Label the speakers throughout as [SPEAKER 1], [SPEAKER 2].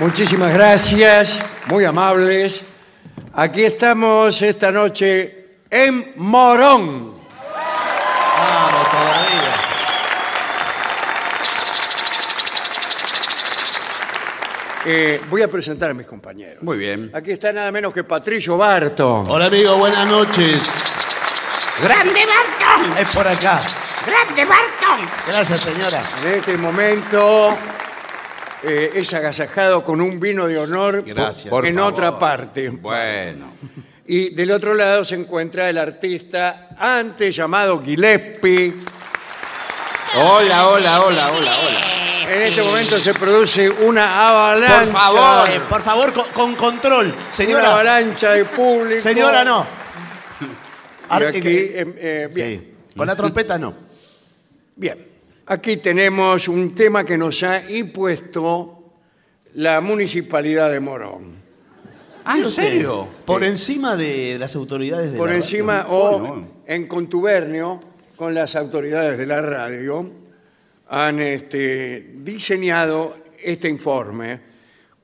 [SPEAKER 1] Muchísimas gracias, muy amables. Aquí estamos esta noche en Morón.
[SPEAKER 2] Vamos todavía.
[SPEAKER 1] Eh, voy a presentar a mis compañeros.
[SPEAKER 3] Muy bien.
[SPEAKER 1] Aquí está nada menos que Patricio Barto.
[SPEAKER 2] Hola amigo, buenas noches.
[SPEAKER 4] ¡Grande Barton!
[SPEAKER 2] Es por acá.
[SPEAKER 4] ¡Grande Barton!
[SPEAKER 2] Gracias señora.
[SPEAKER 1] En este momento eh, es agasajado con un vino de honor
[SPEAKER 2] Gracias.
[SPEAKER 1] por- en
[SPEAKER 3] Por favor.
[SPEAKER 1] otra parte.
[SPEAKER 3] Bueno.
[SPEAKER 1] Y del otro lado se encuentra el artista antes llamado Gillespie.
[SPEAKER 2] Hola, hola, hola, hola,
[SPEAKER 1] En este momento se produce una avalancha.
[SPEAKER 3] Por favor.
[SPEAKER 2] Eh, por favor, con, con control.
[SPEAKER 1] Una
[SPEAKER 2] Señora,
[SPEAKER 1] avalancha de público.
[SPEAKER 2] señora no.
[SPEAKER 1] Y
[SPEAKER 2] Ar-
[SPEAKER 1] aquí,
[SPEAKER 2] eh,
[SPEAKER 1] em, eh, bien,
[SPEAKER 2] sí. Con la trompeta no.
[SPEAKER 1] bien. Aquí tenemos un tema que nos ha impuesto la municipalidad de Morón.
[SPEAKER 2] Ah,
[SPEAKER 3] ¿en serio?
[SPEAKER 2] Por encima de las autoridades de
[SPEAKER 1] Por
[SPEAKER 2] la-
[SPEAKER 1] encima
[SPEAKER 2] oh,
[SPEAKER 1] o
[SPEAKER 3] no.
[SPEAKER 1] en contubernio con las autoridades de la radio han este, diseñado este informe.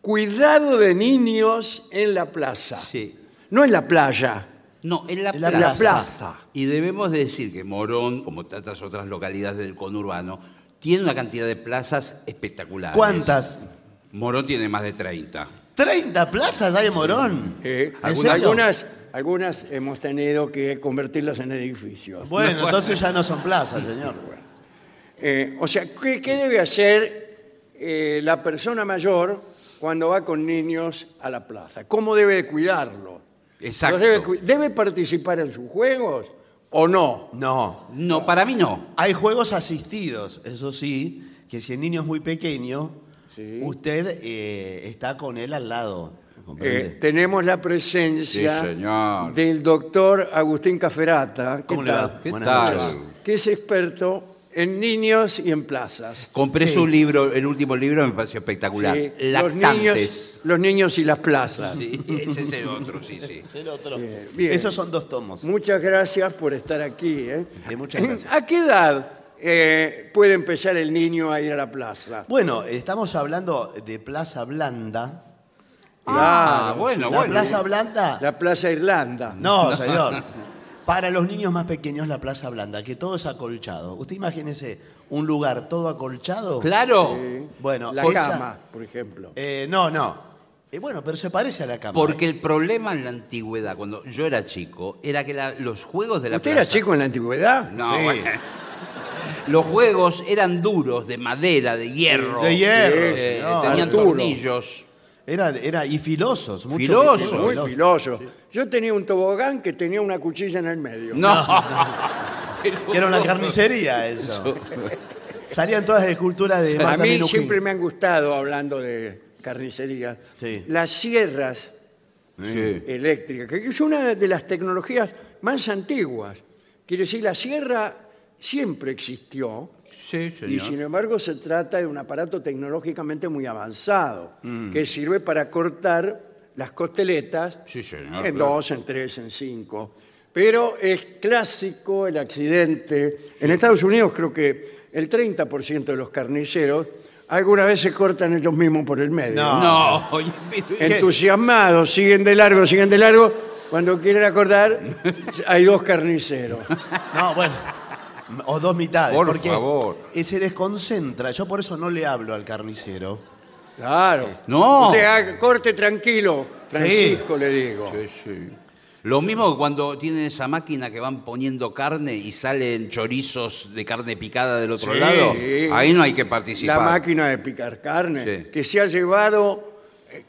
[SPEAKER 1] Cuidado de niños en la plaza.
[SPEAKER 5] Sí.
[SPEAKER 1] No en la playa.
[SPEAKER 5] No, en la,
[SPEAKER 2] En la
[SPEAKER 5] plaza.
[SPEAKER 1] plaza.
[SPEAKER 5] Y debemos decir que Morón, como tantas otras localidades del conurbano, tiene una cantidad de plazas espectaculares.
[SPEAKER 2] ¿Cuántas?
[SPEAKER 5] Morón tiene más de 30.
[SPEAKER 2] ¿30 plazas hay en Morón?
[SPEAKER 1] Eh,
[SPEAKER 2] ¿En
[SPEAKER 1] algunas,
[SPEAKER 2] serio?
[SPEAKER 1] algunas, algunas hemos tenido que convertirlas en edificios.
[SPEAKER 2] Bueno, entonces ya no son plazas, señor.
[SPEAKER 1] Eh, o sea, ¿qué, qué debe hacer eh, la persona mayor cuando va con niños a la plaza? ¿Cómo debe de cuidarlo?
[SPEAKER 5] Exacto.
[SPEAKER 1] ¿Los debe, cu- ¿Debe participar en sus juegos o no?
[SPEAKER 2] No.
[SPEAKER 5] No, para mí no.
[SPEAKER 2] Hay juegos asistidos, eso sí, que si el niño es muy pequeño,
[SPEAKER 1] Sí.
[SPEAKER 2] usted eh, está con él al lado. ¿comprende?
[SPEAKER 1] Eh, tenemos la presencia
[SPEAKER 5] Sí, señor.
[SPEAKER 1] del doctor Agustín Caferata, ¿qué
[SPEAKER 2] ¿Cómo le
[SPEAKER 1] tal?
[SPEAKER 2] va?
[SPEAKER 5] ¿Qué
[SPEAKER 2] Buenas
[SPEAKER 5] tal?
[SPEAKER 2] noches.
[SPEAKER 1] que es experto en niños y en plazas.
[SPEAKER 5] Compré
[SPEAKER 2] Sí.
[SPEAKER 5] su libro, el último libro me pareció espectacular.
[SPEAKER 1] Sí, los,
[SPEAKER 5] Lactantes.
[SPEAKER 1] niños, los niños y las plazas.
[SPEAKER 5] Sí, ese es el otro, sí, sí.
[SPEAKER 2] Es el otro.
[SPEAKER 1] eh, bien.
[SPEAKER 2] Esos son dos tomos.
[SPEAKER 1] Muchas gracias por estar aquí. ¿eh?
[SPEAKER 2] Eh, muchas gracias.
[SPEAKER 1] ¿A qué edad eh, puede empezar el niño a ir a la plaza?
[SPEAKER 2] Bueno, estamos hablando de Plaza Blanda.
[SPEAKER 5] Ah,
[SPEAKER 1] Claro.
[SPEAKER 5] bueno,
[SPEAKER 2] ¿La
[SPEAKER 5] bueno.
[SPEAKER 2] Plaza Blanda?
[SPEAKER 1] La Plaza Irlanda.
[SPEAKER 2] No, señor. Para los niños más pequeños, la Plaza Blanda, que todo es acolchado. Usted imagínese un lugar todo acolchado.
[SPEAKER 5] Claro.
[SPEAKER 2] Bueno,
[SPEAKER 1] la
[SPEAKER 2] esa-
[SPEAKER 1] cama, por ejemplo.
[SPEAKER 2] Eh, no, no. Eh, bueno, pero se parece a la cama. ¿eh?
[SPEAKER 5] Porque el problema en la antigüedad, cuando yo era chico, era que la- los juegos de la
[SPEAKER 1] ¿Usted
[SPEAKER 5] plaza...
[SPEAKER 1] era chico en la antigüedad?
[SPEAKER 5] No,
[SPEAKER 2] Sí.
[SPEAKER 5] bueno. Los juegos eran duros, de madera, de hierro.
[SPEAKER 2] De hierro,
[SPEAKER 5] Eh,
[SPEAKER 2] señor.
[SPEAKER 5] tenían
[SPEAKER 1] Arturo.
[SPEAKER 5] tornillos.
[SPEAKER 2] Era, era, y filosos, mucho
[SPEAKER 5] Filosos.
[SPEAKER 2] filoso,
[SPEAKER 1] Muy
[SPEAKER 2] filoso.
[SPEAKER 1] filoso. Yo tenía un tobogán que tenía una cuchilla en el medio.
[SPEAKER 5] No.
[SPEAKER 2] Que era una carnicería eso. Salían todas de esculturas de
[SPEAKER 1] A
[SPEAKER 2] Marta
[SPEAKER 1] mí
[SPEAKER 2] Minujín.
[SPEAKER 1] siempre me han gustado, hablando de carnicería,
[SPEAKER 2] Sí.
[SPEAKER 1] las sierras eléctrica, que es una de las tecnologías más antiguas. Quiere decir, la sierra siempre existió
[SPEAKER 5] Sí,
[SPEAKER 1] y sin embargo se trata de un aparato tecnológicamente muy avanzado
[SPEAKER 5] Mm.
[SPEAKER 1] que sirve para cortar las costeletas
[SPEAKER 5] Sí, señor,
[SPEAKER 1] en
[SPEAKER 5] claro.
[SPEAKER 1] dos, en tres, en cinco. Pero es clásico el accidente. En Estados Unidos creo que el 30% de los carniceros alguna vez se cortan ellos mismos por el medio
[SPEAKER 2] No.
[SPEAKER 5] No. pero-
[SPEAKER 1] entusiasmados, siguen de largo, siguen de largo. Cuando quieren acordar, hay dos carniceros.
[SPEAKER 2] No, bueno. O dos mitades.
[SPEAKER 3] Por
[SPEAKER 2] porque
[SPEAKER 3] favor.
[SPEAKER 2] eh, Se desconcentra. Yo por eso no le hablo al carnicero.
[SPEAKER 1] Claro.
[SPEAKER 5] No.
[SPEAKER 1] Usted haga- corte tranquilo, Francisco, le digo.
[SPEAKER 5] Sí, sí. Lo mismo que cuando tienen esa máquina que van poniendo carne y salen chorizos de carne picada del otro
[SPEAKER 2] Sí.
[SPEAKER 5] lado.
[SPEAKER 1] Sí.
[SPEAKER 5] Ahí no hay que
[SPEAKER 1] La
[SPEAKER 5] participar.
[SPEAKER 1] máquina de picar carne,
[SPEAKER 5] Sí.
[SPEAKER 1] que se ha llevado eh,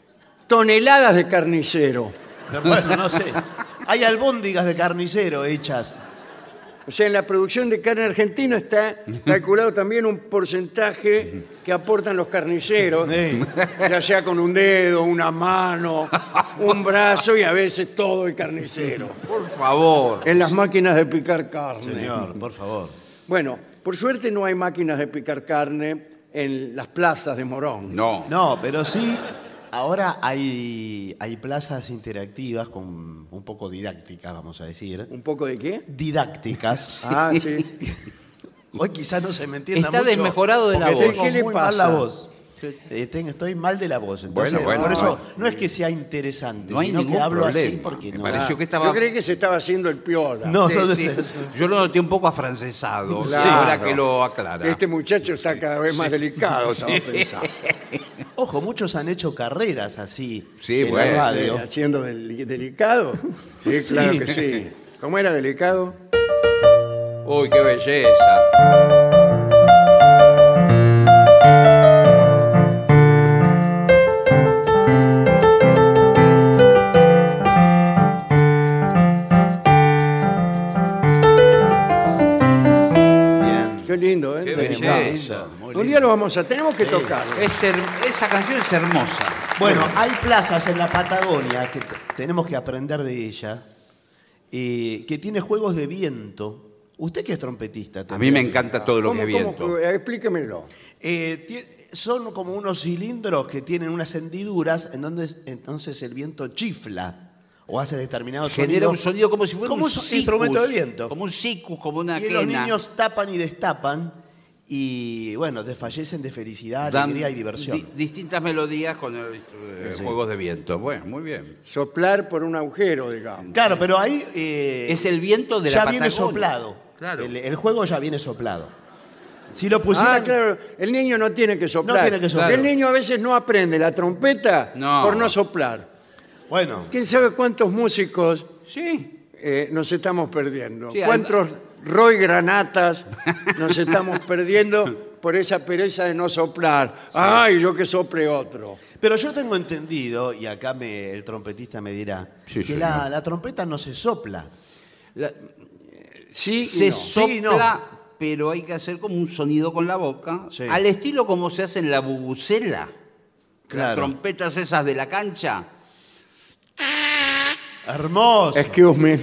[SPEAKER 1] toneladas de carnicero.
[SPEAKER 2] Pero Bueno, no sé. Hay albóndigas de carnicero hechas.
[SPEAKER 1] O sea, en la producción de carne argentina está calculado también un porcentaje que aportan los carniceros,
[SPEAKER 2] Sí.
[SPEAKER 1] ya sea con un dedo, una mano, un brazo y a veces todo el carnicero.
[SPEAKER 5] Por favor.
[SPEAKER 1] En las máquinas de picar carne.
[SPEAKER 2] Señor, por favor.
[SPEAKER 1] Bueno, por suerte no hay máquinas de picar carne en las plazas de Morón.
[SPEAKER 5] No.
[SPEAKER 2] No, pero sí, ahora hay, hay plazas interactivas con un poco didácticas, vamos a decir.
[SPEAKER 1] ¿Un poco de qué?
[SPEAKER 2] Didácticas.
[SPEAKER 1] Ah, sí.
[SPEAKER 2] Hoy quizás no se me entienda
[SPEAKER 5] Está
[SPEAKER 2] mucho,
[SPEAKER 5] desmejorado de la
[SPEAKER 2] porque
[SPEAKER 5] voz.
[SPEAKER 2] tengo
[SPEAKER 1] ¿Qué le
[SPEAKER 2] muy
[SPEAKER 1] pasa?
[SPEAKER 2] mal la voz. Eh, tengo- Estoy mal de la voz. entonces,
[SPEAKER 5] Bueno, bueno,
[SPEAKER 2] por eso
[SPEAKER 5] no.
[SPEAKER 2] no es que sea interesante,
[SPEAKER 5] No hay
[SPEAKER 2] sino que
[SPEAKER 5] ningún
[SPEAKER 2] hablo así
[SPEAKER 5] problema.
[SPEAKER 2] porque
[SPEAKER 5] Me
[SPEAKER 2] no.
[SPEAKER 5] pareció que estaba.
[SPEAKER 1] Ah. Yo creí que se estaba haciendo el piola.
[SPEAKER 2] No,
[SPEAKER 5] Sí,
[SPEAKER 2] no,
[SPEAKER 5] sí.
[SPEAKER 2] no.
[SPEAKER 5] Yo lo noté un poco afrancesado.
[SPEAKER 1] Claro.
[SPEAKER 5] Ahora que lo aclara.
[SPEAKER 1] Este muchacho está cada vez más delicado, estaba pensando.
[SPEAKER 2] Ojo, muchos han hecho carreras así
[SPEAKER 5] Sí,
[SPEAKER 2] en la
[SPEAKER 5] bueno.
[SPEAKER 1] Eh,
[SPEAKER 2] radio.
[SPEAKER 1] ¿Haciendo del- delicado? Sí, claro
[SPEAKER 2] Sí.
[SPEAKER 1] que sí. ¿Cómo era delicado?
[SPEAKER 5] Uy, qué belleza.
[SPEAKER 2] Bien.
[SPEAKER 1] Qué lindo, ¿eh?
[SPEAKER 5] Qué
[SPEAKER 1] Delicado.
[SPEAKER 5] belleza.
[SPEAKER 2] Muy
[SPEAKER 1] Un día lo vamos a... Tenemos que tocarlo.
[SPEAKER 5] Es her- Esa canción es hermosa.
[SPEAKER 2] Bueno, hay plazas en la Patagonia que t- tenemos que aprender de ella, eh, que tiene juegos de viento. Usted que es trompetista
[SPEAKER 5] A
[SPEAKER 2] también.
[SPEAKER 5] mí me encanta todo lo que es
[SPEAKER 1] ¿Cómo- cómo
[SPEAKER 5] viento.
[SPEAKER 1] fue? Explíquemelo.
[SPEAKER 2] Eh, tie- son como unos cilindros que tienen unas hendiduras en donde s- entonces el viento chifla o hace determinado
[SPEAKER 5] Genera
[SPEAKER 2] sonido.
[SPEAKER 5] un sonido como si fuera
[SPEAKER 2] como
[SPEAKER 5] un
[SPEAKER 2] so-
[SPEAKER 5] sicus,
[SPEAKER 2] instrumento de viento.
[SPEAKER 5] Como un sicus, como una
[SPEAKER 2] y los
[SPEAKER 5] quena.
[SPEAKER 2] niños tapan y destapan y bueno, desfallecen de felicidad,
[SPEAKER 5] Dan
[SPEAKER 2] alegría y diversión.
[SPEAKER 5] di- distintas melodías con el, eh,
[SPEAKER 2] Sí.
[SPEAKER 5] juegos de viento. Bueno, muy bien.
[SPEAKER 1] Soplar por un agujero, digamos.
[SPEAKER 2] Claro, pero ahí eh,
[SPEAKER 5] Es el viento de la
[SPEAKER 2] ya viene
[SPEAKER 5] Patagonia.
[SPEAKER 2] soplado.
[SPEAKER 5] Claro.
[SPEAKER 2] El, eh, el juego ya viene soplado. Si lo pusieran,
[SPEAKER 1] Ah, claro, el niño no tiene que soplar.
[SPEAKER 2] tiene que soplar.
[SPEAKER 1] El niño a veces no aprende la trompeta
[SPEAKER 5] No.
[SPEAKER 1] por no soplar.
[SPEAKER 2] bueno,
[SPEAKER 1] ¿Quién sabe cuántos músicos
[SPEAKER 5] Sí.
[SPEAKER 1] eh, nos estamos perdiendo?
[SPEAKER 5] Sí, hay-
[SPEAKER 1] ¿Cuántos Roy Granatas nos estamos perdiendo por esa pereza de no soplar? ¡Ay, yo que sople otro!
[SPEAKER 2] pero yo tengo entendido y acá me- el trompetista me dirá
[SPEAKER 5] Sí,
[SPEAKER 2] que
[SPEAKER 5] señor.
[SPEAKER 2] la, la trompeta no se sopla.
[SPEAKER 5] La-
[SPEAKER 1] Sí, y
[SPEAKER 5] se
[SPEAKER 1] no.
[SPEAKER 5] sopla,
[SPEAKER 2] Sí,
[SPEAKER 5] pero hay que hacer como un sonido con la boca,
[SPEAKER 2] Sí.
[SPEAKER 5] al estilo como se hace en la bubucela. Las
[SPEAKER 2] Claro.
[SPEAKER 5] trompetas esas de la cancha.
[SPEAKER 2] Hermoso.
[SPEAKER 1] Excuse me.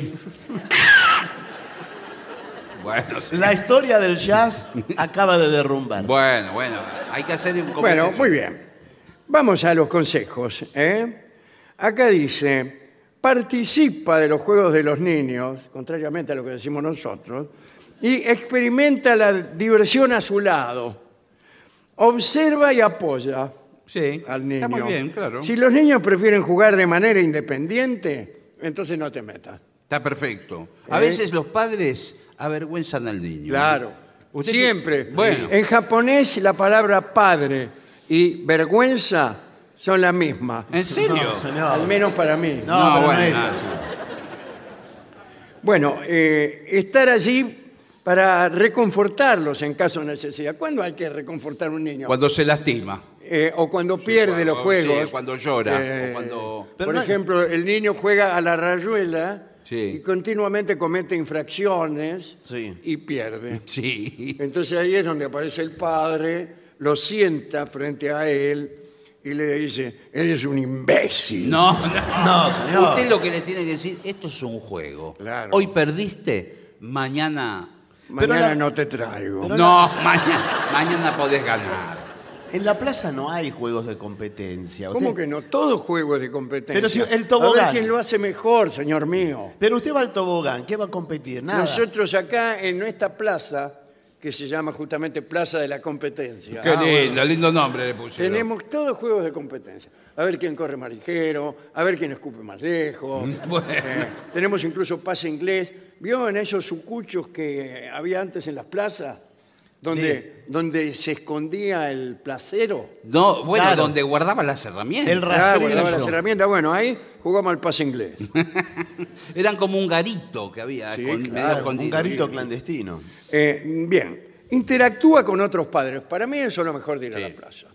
[SPEAKER 5] Bueno, sí.
[SPEAKER 2] La historia del jazz acaba de derrumbar.
[SPEAKER 5] bueno, bueno, hay que hacer un como
[SPEAKER 1] Bueno,
[SPEAKER 5] es eso.
[SPEAKER 1] muy bien. Vamos a los consejos. ¿eh? Acá dice, participa de los juegos de los niños, contrariamente a lo que decimos nosotros, y experimenta la diversión a su lado. Observa y apoya
[SPEAKER 5] Sí,
[SPEAKER 1] al niño.
[SPEAKER 5] Está muy bien, claro.
[SPEAKER 1] Si los niños prefieren jugar de manera independiente, entonces no te metas.
[SPEAKER 5] Está perfecto. A
[SPEAKER 1] ¿Eh?
[SPEAKER 5] veces los padres avergüenzan al niño.
[SPEAKER 1] Claro.
[SPEAKER 5] Usted
[SPEAKER 1] Siempre.
[SPEAKER 5] que- Bueno.
[SPEAKER 1] En japonés la palabra padre y vergüenza son la misma.
[SPEAKER 5] ¿En serio?
[SPEAKER 2] No, señor.
[SPEAKER 1] Al menos para mí.
[SPEAKER 2] No,
[SPEAKER 5] No,
[SPEAKER 2] pero
[SPEAKER 5] bueno,
[SPEAKER 2] no es
[SPEAKER 5] nada.
[SPEAKER 2] así.
[SPEAKER 1] Bueno, eh, estar allí para reconfortarlos en caso de necesidad. ¿Cuándo hay que reconfortar a un niño?
[SPEAKER 5] Cuando se lastima.
[SPEAKER 1] Eh, o cuando pierde
[SPEAKER 5] cuando-
[SPEAKER 1] los juegos.
[SPEAKER 5] sí, cuando llora, o cuando-
[SPEAKER 1] Por
[SPEAKER 2] Pero no-
[SPEAKER 1] ejemplo, el niño juega a la rayuela
[SPEAKER 5] Sí.
[SPEAKER 1] y continuamente comete infracciones
[SPEAKER 2] Sí.
[SPEAKER 1] y pierde.
[SPEAKER 5] Sí.
[SPEAKER 1] Entonces ahí es donde aparece el padre, lo sienta frente a él y le dice, eres un imbécil.
[SPEAKER 5] No, no.
[SPEAKER 2] No, señor.
[SPEAKER 5] Usted lo que le tiene que decir, esto es un juego.
[SPEAKER 1] Claro.
[SPEAKER 5] Hoy perdiste, mañana.
[SPEAKER 1] Mañana
[SPEAKER 2] la-
[SPEAKER 1] no te traigo.
[SPEAKER 5] No, mañana, mañana podés ganar.
[SPEAKER 2] En la plaza no hay juegos de competencia.
[SPEAKER 1] ¿Cómo
[SPEAKER 2] Usted-
[SPEAKER 1] que no? Todo juego es de competencia.
[SPEAKER 2] Pero si el
[SPEAKER 1] A
[SPEAKER 2] tobogán.
[SPEAKER 1] ver quién lo hace mejor, señor mío.
[SPEAKER 2] Pero usted va al tobogán, ¿qué va a competir? Nada.
[SPEAKER 1] Nosotros acá en esta plaza, que se llama justamente Plaza de la Competencia,
[SPEAKER 5] Qué lindo, lindo nombre le pusieron.
[SPEAKER 1] Ah, tenemos todos juegos de competencia. A ver quién corre más ligero, a ver quién escupe más lejos.
[SPEAKER 2] Mm,
[SPEAKER 5] bueno.
[SPEAKER 1] Eh, tenemos incluso pase inglés. ¿Vio en esos sucuchos que había antes en las plazas? Donde, donde se escondía el placero.
[SPEAKER 5] No, bueno,
[SPEAKER 2] Claro.
[SPEAKER 5] donde guardaba las herramientas.
[SPEAKER 2] El ra-
[SPEAKER 1] Ah,
[SPEAKER 2] Rastrillo.
[SPEAKER 1] guardaba las herramientas. Bueno, ahí jugamos al pase inglés.
[SPEAKER 5] Eran como un garito que había.
[SPEAKER 1] Sí, claro,
[SPEAKER 5] con, medio
[SPEAKER 2] Claro, un
[SPEAKER 5] escondido.
[SPEAKER 2] garito clandestino.
[SPEAKER 1] Eh, bien, interactúa con otros padres. Para mí eso es lo mejor de ir a
[SPEAKER 5] Sí.
[SPEAKER 1] la plaza.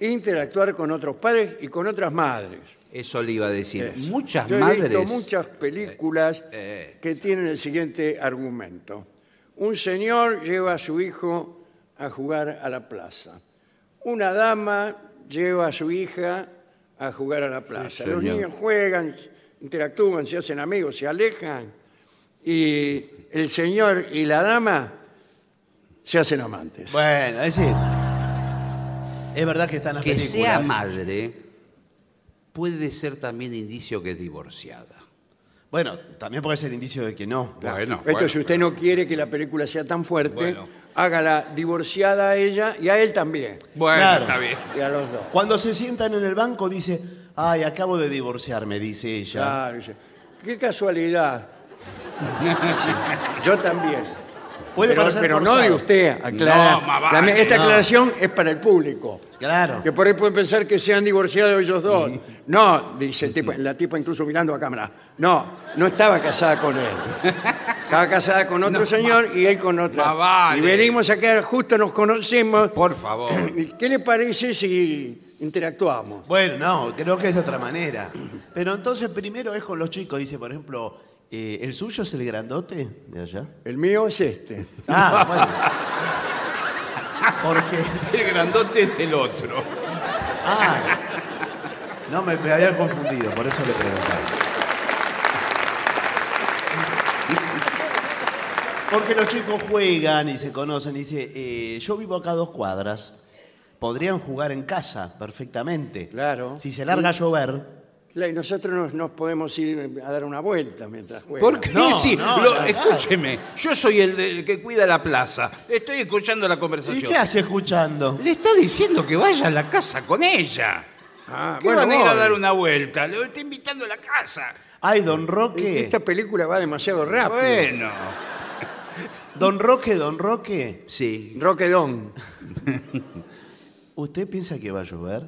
[SPEAKER 1] Interactuar con otros padres y con otras madres.
[SPEAKER 5] Eso le iba a decir.
[SPEAKER 1] Eso.
[SPEAKER 5] Muchas
[SPEAKER 1] Yo he
[SPEAKER 5] madres.
[SPEAKER 1] visto muchas películas
[SPEAKER 5] Eh, eh,
[SPEAKER 1] que tienen el siguiente argumento. Un señor lleva a su hijo a jugar a la plaza. Una dama lleva a su hija a jugar a la plaza. Los
[SPEAKER 5] señor.
[SPEAKER 1] niños juegan, interactúan, se hacen amigos, se alejan. Y el señor y la dama se hacen amantes.
[SPEAKER 2] Bueno, es decir. Es verdad que están las
[SPEAKER 5] Que
[SPEAKER 2] películas.
[SPEAKER 5] sea madre puede ser también indicio que es divorciada.
[SPEAKER 2] Bueno, también puede ser indicio de que no.
[SPEAKER 5] Bueno,
[SPEAKER 1] Esto,
[SPEAKER 5] bueno,
[SPEAKER 1] si usted no quiere que la película sea tan fuerte,
[SPEAKER 5] Bueno.
[SPEAKER 1] hágala divorciada a ella y a él también,
[SPEAKER 5] Bueno,
[SPEAKER 2] Claro.
[SPEAKER 5] está bien.
[SPEAKER 1] y a los dos.
[SPEAKER 2] Cuando se sientan en el banco dice, ay, acabo de divorciarme, dice ella.
[SPEAKER 1] Claro, dice, qué casualidad. Yo también.
[SPEAKER 2] Puede
[SPEAKER 1] pero
[SPEAKER 2] parecer
[SPEAKER 1] pero no
[SPEAKER 2] forzado.
[SPEAKER 1] de usted, aclara.
[SPEAKER 5] No, más vale,
[SPEAKER 1] La- Esta
[SPEAKER 2] no.
[SPEAKER 1] aclaración es para el público.
[SPEAKER 2] Claro.
[SPEAKER 1] Que por ahí pueden pensar que se han divorciado ellos dos. No, dice el tipo, la tipa incluso mirando a cámara. No, no estaba casada con él. Estaba casada con otro señor y él con otra.
[SPEAKER 5] más vale.
[SPEAKER 1] Y venimos acá, justo nos conocemos.
[SPEAKER 5] Por favor.
[SPEAKER 1] ¿Y ¿Qué le parece si interactuamos?
[SPEAKER 2] Bueno, no, creo que es de otra manera. Pero entonces primero es con los chicos. Dice, por ejemplo, eh, ¿el suyo es el grandote de allá?
[SPEAKER 1] El mío es este.
[SPEAKER 2] Ah, bueno. Porque.
[SPEAKER 5] El grandote es el otro.
[SPEAKER 2] Ah. No, me, me había confundido, por eso le preguntaba. Porque los chicos juegan y se conocen y dice, eh, yo vivo acá a dos cuadras. Podrían jugar en casa perfectamente.
[SPEAKER 1] Claro.
[SPEAKER 2] Si se larga a llover.
[SPEAKER 1] Claro, y nosotros nos, nos podemos ir a dar una vuelta mientras juega.
[SPEAKER 5] ¿Por qué?
[SPEAKER 2] No,
[SPEAKER 5] Sí,
[SPEAKER 2] no,
[SPEAKER 5] lo-
[SPEAKER 2] no,
[SPEAKER 5] escúcheme, yo soy el, del que cuida la plaza. Estoy escuchando la
[SPEAKER 2] ¿Y
[SPEAKER 5] conversación.
[SPEAKER 2] qué hace escuchando?
[SPEAKER 5] Le está diciendo que vaya a la casa con ella.
[SPEAKER 1] Ah,
[SPEAKER 5] que
[SPEAKER 1] bueno,
[SPEAKER 5] van a ir a
[SPEAKER 1] voy.
[SPEAKER 5] dar una vuelta. Lo está invitando a la casa.
[SPEAKER 2] Ay,
[SPEAKER 1] Eh,
[SPEAKER 2] don Roque.
[SPEAKER 1] Esta película va demasiado
[SPEAKER 2] Ah,
[SPEAKER 1] rápido.
[SPEAKER 5] Bueno.
[SPEAKER 2] Don Roque, don Roque.
[SPEAKER 5] Sí.
[SPEAKER 1] Roquedón.
[SPEAKER 2] ¿Usted piensa que va a llover?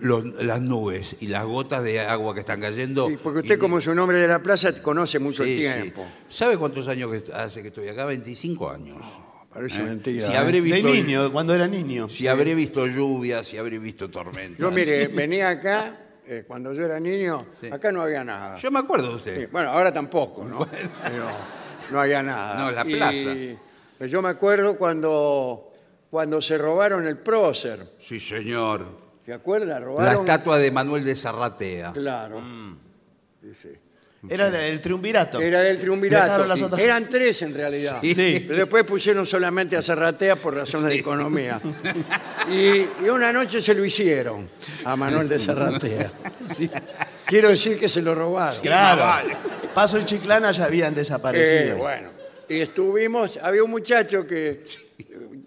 [SPEAKER 5] Los- las nubes y las gotas de agua que están cayendo.
[SPEAKER 1] Y porque usted,
[SPEAKER 5] Y-
[SPEAKER 1] como es un hombre de la plaza, conoce mucho
[SPEAKER 5] Sí,
[SPEAKER 1] el
[SPEAKER 5] sí.
[SPEAKER 1] tiempo.
[SPEAKER 5] ¿Sabe cuántos años que hace que estoy acá? 25 años.
[SPEAKER 1] Parece
[SPEAKER 5] ¿Eh?
[SPEAKER 1] mentira.
[SPEAKER 5] Si
[SPEAKER 1] ¿eh?
[SPEAKER 5] habré
[SPEAKER 2] De
[SPEAKER 5] visto,
[SPEAKER 2] niño, cuando era niño.
[SPEAKER 5] si habré visto lluvia, si habré visto tormenta.
[SPEAKER 1] Yo, mire, venía acá, eh, cuando yo era niño,
[SPEAKER 5] Sí.
[SPEAKER 1] acá no había nada.
[SPEAKER 5] Yo me acuerdo de
[SPEAKER 1] Sí,
[SPEAKER 5] usted.
[SPEAKER 1] bueno, ahora tampoco, ¿no? Pero no había nada.
[SPEAKER 5] No, la
[SPEAKER 1] Y,
[SPEAKER 5] plaza.
[SPEAKER 1] pues, yo me acuerdo cuando, cuando se robaron el prócer.
[SPEAKER 5] Sí, señor.
[SPEAKER 1] ¿Se acuerda?
[SPEAKER 5] La
[SPEAKER 1] Robaron.
[SPEAKER 5] estatua de Manuel de Zarratea.
[SPEAKER 1] Claro. Sí, sí.
[SPEAKER 2] Era de- el triunvirato.
[SPEAKER 1] Era del triunvirato.
[SPEAKER 2] Dejaron las otras-
[SPEAKER 1] Eran tres en realidad.
[SPEAKER 5] Sí.
[SPEAKER 2] Sí.
[SPEAKER 1] Pero después pusieron solamente a Zarratea por razones de economía. Y, y una noche se lo hicieron a Manuel de Zarratea. Quiero decir que se lo robaron.
[SPEAKER 2] Claro.
[SPEAKER 5] Vale.
[SPEAKER 2] Paso y Chiclana ya habían
[SPEAKER 1] Eh,
[SPEAKER 2] desaparecido.
[SPEAKER 1] bueno. Y estuvimos, había un muchacho que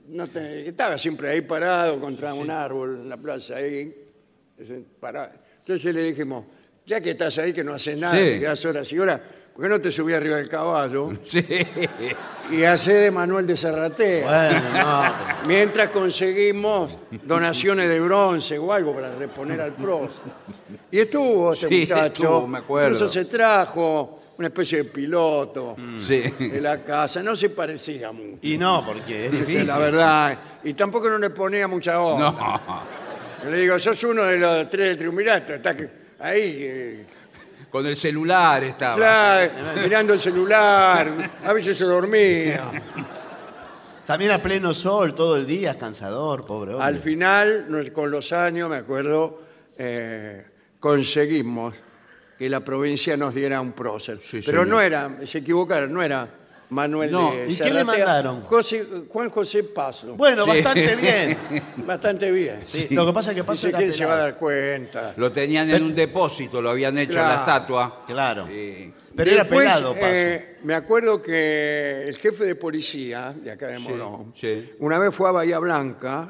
[SPEAKER 1] no te- que estaba siempre ahí parado contra un árbol en la plaza ahí. ese, parado. Entonces le dijimos, ya que estás ahí que no haces nada,
[SPEAKER 5] Sí.
[SPEAKER 1] que quedas horas y horas, ¿por qué no te subí arriba del caballo?
[SPEAKER 5] Sí.
[SPEAKER 1] y hace de Manuel de Serratea.
[SPEAKER 2] Bueno, no.
[SPEAKER 1] Mientras conseguimos donaciones de bronce o algo para reponer al pros. Y estuvo este
[SPEAKER 5] Sí,
[SPEAKER 1] muchacho.
[SPEAKER 5] estuvo, me acuerdo.
[SPEAKER 1] Incluso se trajo una especie de piloto
[SPEAKER 5] Mm.
[SPEAKER 1] de
[SPEAKER 5] Sí.
[SPEAKER 1] la casa. No se parecía mucho.
[SPEAKER 2] Y no, porque es
[SPEAKER 1] esa es
[SPEAKER 2] difícil.
[SPEAKER 1] La verdad. Y tampoco no le ponía mucha onda.
[SPEAKER 5] No.
[SPEAKER 1] Yo Le digo, sos uno de los tres del triunvirato. Estás que- ahí eh,
[SPEAKER 5] Con el celular
[SPEAKER 2] Ah,
[SPEAKER 5] estaba.
[SPEAKER 1] claro, mirando el celular. A veces se dormía.
[SPEAKER 2] También a pleno sol todo el día, es cansador, pobre hombre.
[SPEAKER 1] Al final, nos- con los años, me acuerdo, eh, conseguimos que la provincia nos diera un prócer.
[SPEAKER 5] Sí,
[SPEAKER 1] Pero
[SPEAKER 5] señor.
[SPEAKER 1] no era, se equivocaron, no era Manuel
[SPEAKER 5] No,
[SPEAKER 1] de
[SPEAKER 2] ¿y qué
[SPEAKER 1] Zarratea,
[SPEAKER 2] le mandaron?
[SPEAKER 1] José- Juan José Paso.
[SPEAKER 2] Bueno,
[SPEAKER 5] Sí.
[SPEAKER 2] bastante bien.
[SPEAKER 1] Bastante bien.
[SPEAKER 2] Sí, Lo que pasa es que
[SPEAKER 1] No
[SPEAKER 2] pasó
[SPEAKER 1] sé
[SPEAKER 2] era
[SPEAKER 1] quién se va a
[SPEAKER 2] pelado.
[SPEAKER 1] dar cuenta.
[SPEAKER 5] Lo tenían en un depósito, lo habían hecho
[SPEAKER 1] Claro.
[SPEAKER 5] la estatua.
[SPEAKER 2] Claro.
[SPEAKER 5] Sí.
[SPEAKER 2] Pero era
[SPEAKER 1] Después,
[SPEAKER 2] pelado, Paso.
[SPEAKER 1] eh, me acuerdo que el jefe de policía de acá de Morón,
[SPEAKER 5] sí.
[SPEAKER 1] una vez fue a Bahía Blanca,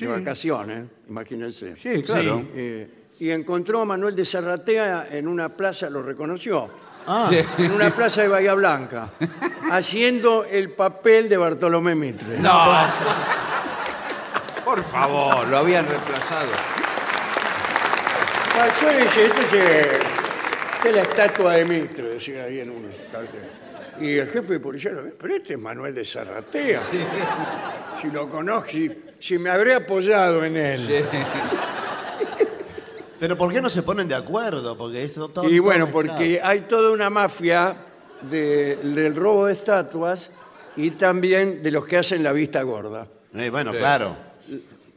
[SPEAKER 1] de vacaciones, imagínense.
[SPEAKER 5] Sí, claro.
[SPEAKER 2] Sí.
[SPEAKER 1] Eh, y encontró a Manuel de Serratea en una plaza, lo reconoció,
[SPEAKER 2] Ah,
[SPEAKER 1] en una plaza de Bahía Blanca, haciendo el papel de Bartolomé Mitre.
[SPEAKER 5] No, por favor, lo habían reemplazado.
[SPEAKER 1] Ah, yo dije, esto es, eh, esta es la estatua de Mitre, decía ahí en un cartel. Y el jefe de policía lo ve, pero este es Manuel de Serratea. Si lo conozco, si, si me habré apoyado en él.
[SPEAKER 2] pero ¿por qué no se ponen de acuerdo? Porque esto todo.
[SPEAKER 1] Y
[SPEAKER 2] todo
[SPEAKER 1] bueno,
[SPEAKER 2] mezclado.
[SPEAKER 1] porque hay toda una mafia de- del robo de estatuas y también de los que hacen la vista gorda.
[SPEAKER 2] Eh, bueno,
[SPEAKER 5] Sí.
[SPEAKER 2] claro.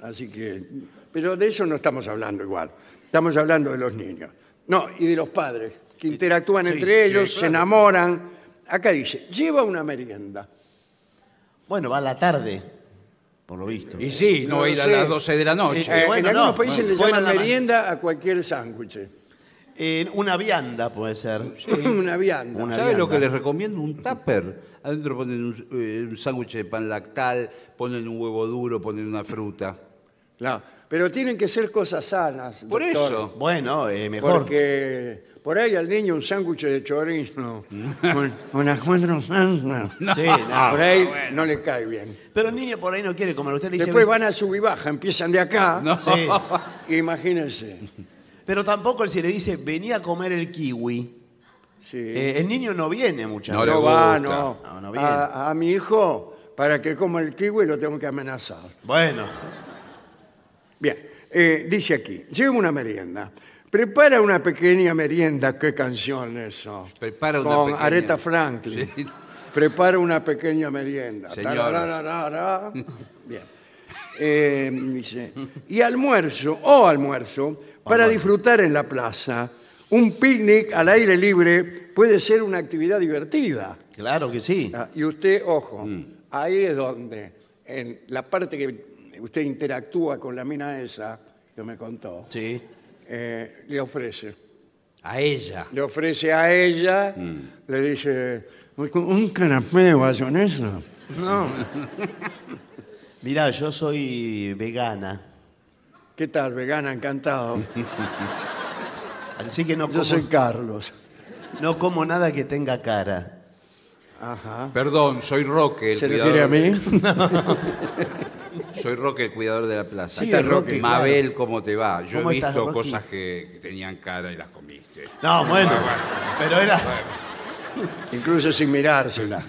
[SPEAKER 1] Así que, pero de eso no estamos hablando igual. Estamos hablando de los niños. No, y de los padres, que interactúan
[SPEAKER 2] Sí,
[SPEAKER 1] entre
[SPEAKER 2] sí,
[SPEAKER 1] ellos, se
[SPEAKER 2] claro.
[SPEAKER 1] enamoran. Acá dice, lleva una merienda.
[SPEAKER 2] Bueno, va a la tarde, por lo visto.
[SPEAKER 5] Y sí,
[SPEAKER 1] No
[SPEAKER 5] no, va a
[SPEAKER 1] lo
[SPEAKER 5] ir a
[SPEAKER 1] sé.
[SPEAKER 5] las 12 de la noche.
[SPEAKER 1] Eh, en
[SPEAKER 2] bueno,
[SPEAKER 1] algunos
[SPEAKER 2] no,
[SPEAKER 1] países
[SPEAKER 2] bueno,
[SPEAKER 1] le
[SPEAKER 2] fuera
[SPEAKER 1] llaman
[SPEAKER 2] la ma-
[SPEAKER 1] merienda a cualquier sándwich.
[SPEAKER 2] Eh, una vianda puede ser.
[SPEAKER 1] una vianda.
[SPEAKER 2] Una
[SPEAKER 5] ¿Sabes lo
[SPEAKER 2] vianda.
[SPEAKER 5] que les recomiendo? Un tupper. Adentro ponen un, eh, un sándwich de pan lactal, ponen un huevo duro, ponen una fruta.
[SPEAKER 1] Claro, Pero tienen que ser cosas sanas.
[SPEAKER 5] Por
[SPEAKER 1] doctor,
[SPEAKER 5] eso.
[SPEAKER 2] Bueno, eh, mejor.
[SPEAKER 1] Porque por ahí al niño un sándwich de chorizo, un- unas cuatro salsas.
[SPEAKER 2] Sí, no.
[SPEAKER 1] por ahí no le cae bien.
[SPEAKER 2] Pero el niño por ahí no quiere comer. Usted le dice,
[SPEAKER 1] Después van a sub y baja, empiezan de acá.
[SPEAKER 5] No.
[SPEAKER 2] Sí.
[SPEAKER 1] Imagínense.
[SPEAKER 2] Pero tampoco si le dice, vení a comer el kiwi.
[SPEAKER 1] sí.
[SPEAKER 2] Eh, el niño no viene muchas
[SPEAKER 5] No le
[SPEAKER 1] no
[SPEAKER 2] veces.
[SPEAKER 1] va,
[SPEAKER 5] gusta.
[SPEAKER 1] no.
[SPEAKER 2] No, no viene.
[SPEAKER 1] a, a mi hijo, para que coma el kiwi, lo tengo que amenazar.
[SPEAKER 2] Bueno,
[SPEAKER 1] Bien, eh, dice aquí, lleva una merienda. Prepara una pequeña merienda, qué canción eso.
[SPEAKER 5] Prepara una
[SPEAKER 1] Con
[SPEAKER 5] pequeña-
[SPEAKER 1] Aretha Franklin.
[SPEAKER 5] Sí.
[SPEAKER 1] Prepara una pequeña merienda.
[SPEAKER 5] Señora.
[SPEAKER 1] Tarararara. Bien. Eh, dice, y almuerzo, o almuerzo, para disfrutar en la plaza. Un picnic al aire libre puede ser una actividad divertida.
[SPEAKER 2] claro que sí.
[SPEAKER 1] Ah, Y usted, ojo,
[SPEAKER 5] Mm.
[SPEAKER 1] ahí es donde, en la parte que usted interactúa con la mina esa, que me contó,
[SPEAKER 2] Sí.
[SPEAKER 1] eh, le ofrece.
[SPEAKER 5] A ella.
[SPEAKER 1] Le ofrece a ella,
[SPEAKER 5] Mm.
[SPEAKER 1] le dice, "Uy, con un canapé bayonesa.
[SPEAKER 2] Mirá, yo soy vegana.
[SPEAKER 1] ¿Qué tal, vegana? Encantado.
[SPEAKER 2] Así que no como,
[SPEAKER 1] Yo soy Carlos.
[SPEAKER 2] no como nada que tenga cara.
[SPEAKER 1] Ajá.
[SPEAKER 5] Perdón, soy Roque, el
[SPEAKER 1] ¿Se
[SPEAKER 5] cuidador.
[SPEAKER 1] refiere a mí?
[SPEAKER 5] Soy Roque, el cuidador de la plaza.
[SPEAKER 2] Sí, Roque, claro.
[SPEAKER 5] Mabel, ¿cómo te va? Yo
[SPEAKER 2] ¿Cómo
[SPEAKER 5] he
[SPEAKER 2] estás,
[SPEAKER 5] visto
[SPEAKER 2] Rocky?
[SPEAKER 5] cosas que, que tenían cara y las comiste.
[SPEAKER 2] No, bueno. Pero era,
[SPEAKER 1] Incluso sin mirársela.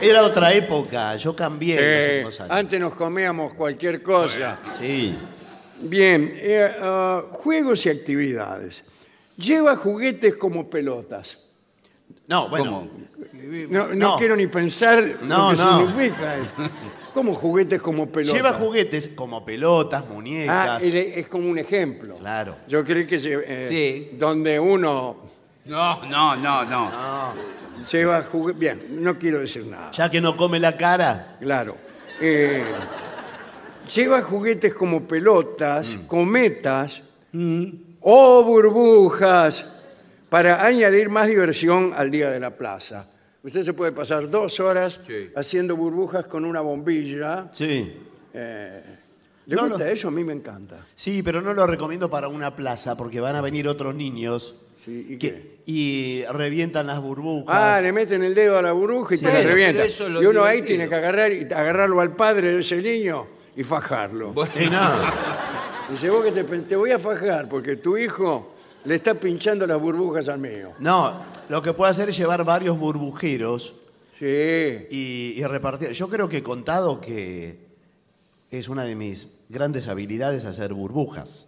[SPEAKER 2] era otra época. Yo cambié. en los
[SPEAKER 1] Eh,
[SPEAKER 2] últimos años.
[SPEAKER 1] antes nos comíamos cualquier cosa.
[SPEAKER 2] Sí.
[SPEAKER 1] Bien, eh, ah, juegos y actividades. Lleva juguetes como pelotas.
[SPEAKER 2] No, bueno.
[SPEAKER 1] No, no
[SPEAKER 2] No.
[SPEAKER 1] quiero ni pensar
[SPEAKER 2] No,
[SPEAKER 1] lo que
[SPEAKER 2] no.
[SPEAKER 1] significa. ¿Cómo juguetes como pelotas?
[SPEAKER 2] Lleva juguetes como pelotas,
[SPEAKER 1] Ah,
[SPEAKER 2] muñecas.
[SPEAKER 1] él es es como un ejemplo.
[SPEAKER 2] Claro.
[SPEAKER 1] Yo creo que lle- eh,
[SPEAKER 5] Sí.
[SPEAKER 1] donde uno
[SPEAKER 5] No, no, no, no.
[SPEAKER 2] No,
[SPEAKER 1] lleva juguetes. Bien, no quiero decir nada.
[SPEAKER 2] ya que no come la cara.
[SPEAKER 1] Claro. Eh, lleva juguetes como pelotas,
[SPEAKER 5] Mm.
[SPEAKER 1] cometas o burbujas para añadir más diversión al día de la plaza. Usted se puede pasar dos horas
[SPEAKER 5] Sí.
[SPEAKER 1] haciendo burbujas con una bombilla. Eh,
[SPEAKER 2] Sí.
[SPEAKER 1] ¿Le
[SPEAKER 2] No,
[SPEAKER 1] gusta
[SPEAKER 2] no.
[SPEAKER 1] eso? A mí me encanta.
[SPEAKER 2] Sí, pero no lo recomiendo para una plaza porque van a venir otros niños
[SPEAKER 1] Sí, ¿y
[SPEAKER 2] que- y revientan las burbujas.
[SPEAKER 1] Ah, le meten el dedo a la burbuja y te la
[SPEAKER 5] Bueno,
[SPEAKER 1] revienta.
[SPEAKER 5] pero eso es lo
[SPEAKER 1] Y uno ahí
[SPEAKER 5] divertido.
[SPEAKER 1] tiene que agarrar y agarrarlo al padre de ese niño y fajarlo.
[SPEAKER 2] Y Eh, no.
[SPEAKER 1] Dice, vos que te, te voy a fajar porque tu hijo le está pinchando las burbujas al mío.
[SPEAKER 2] No, lo que puede hacer es llevar varios burbujeros
[SPEAKER 1] Sí.
[SPEAKER 2] y, y repartir. Yo creo que he contado que es una de mis grandes habilidades hacer burbujas.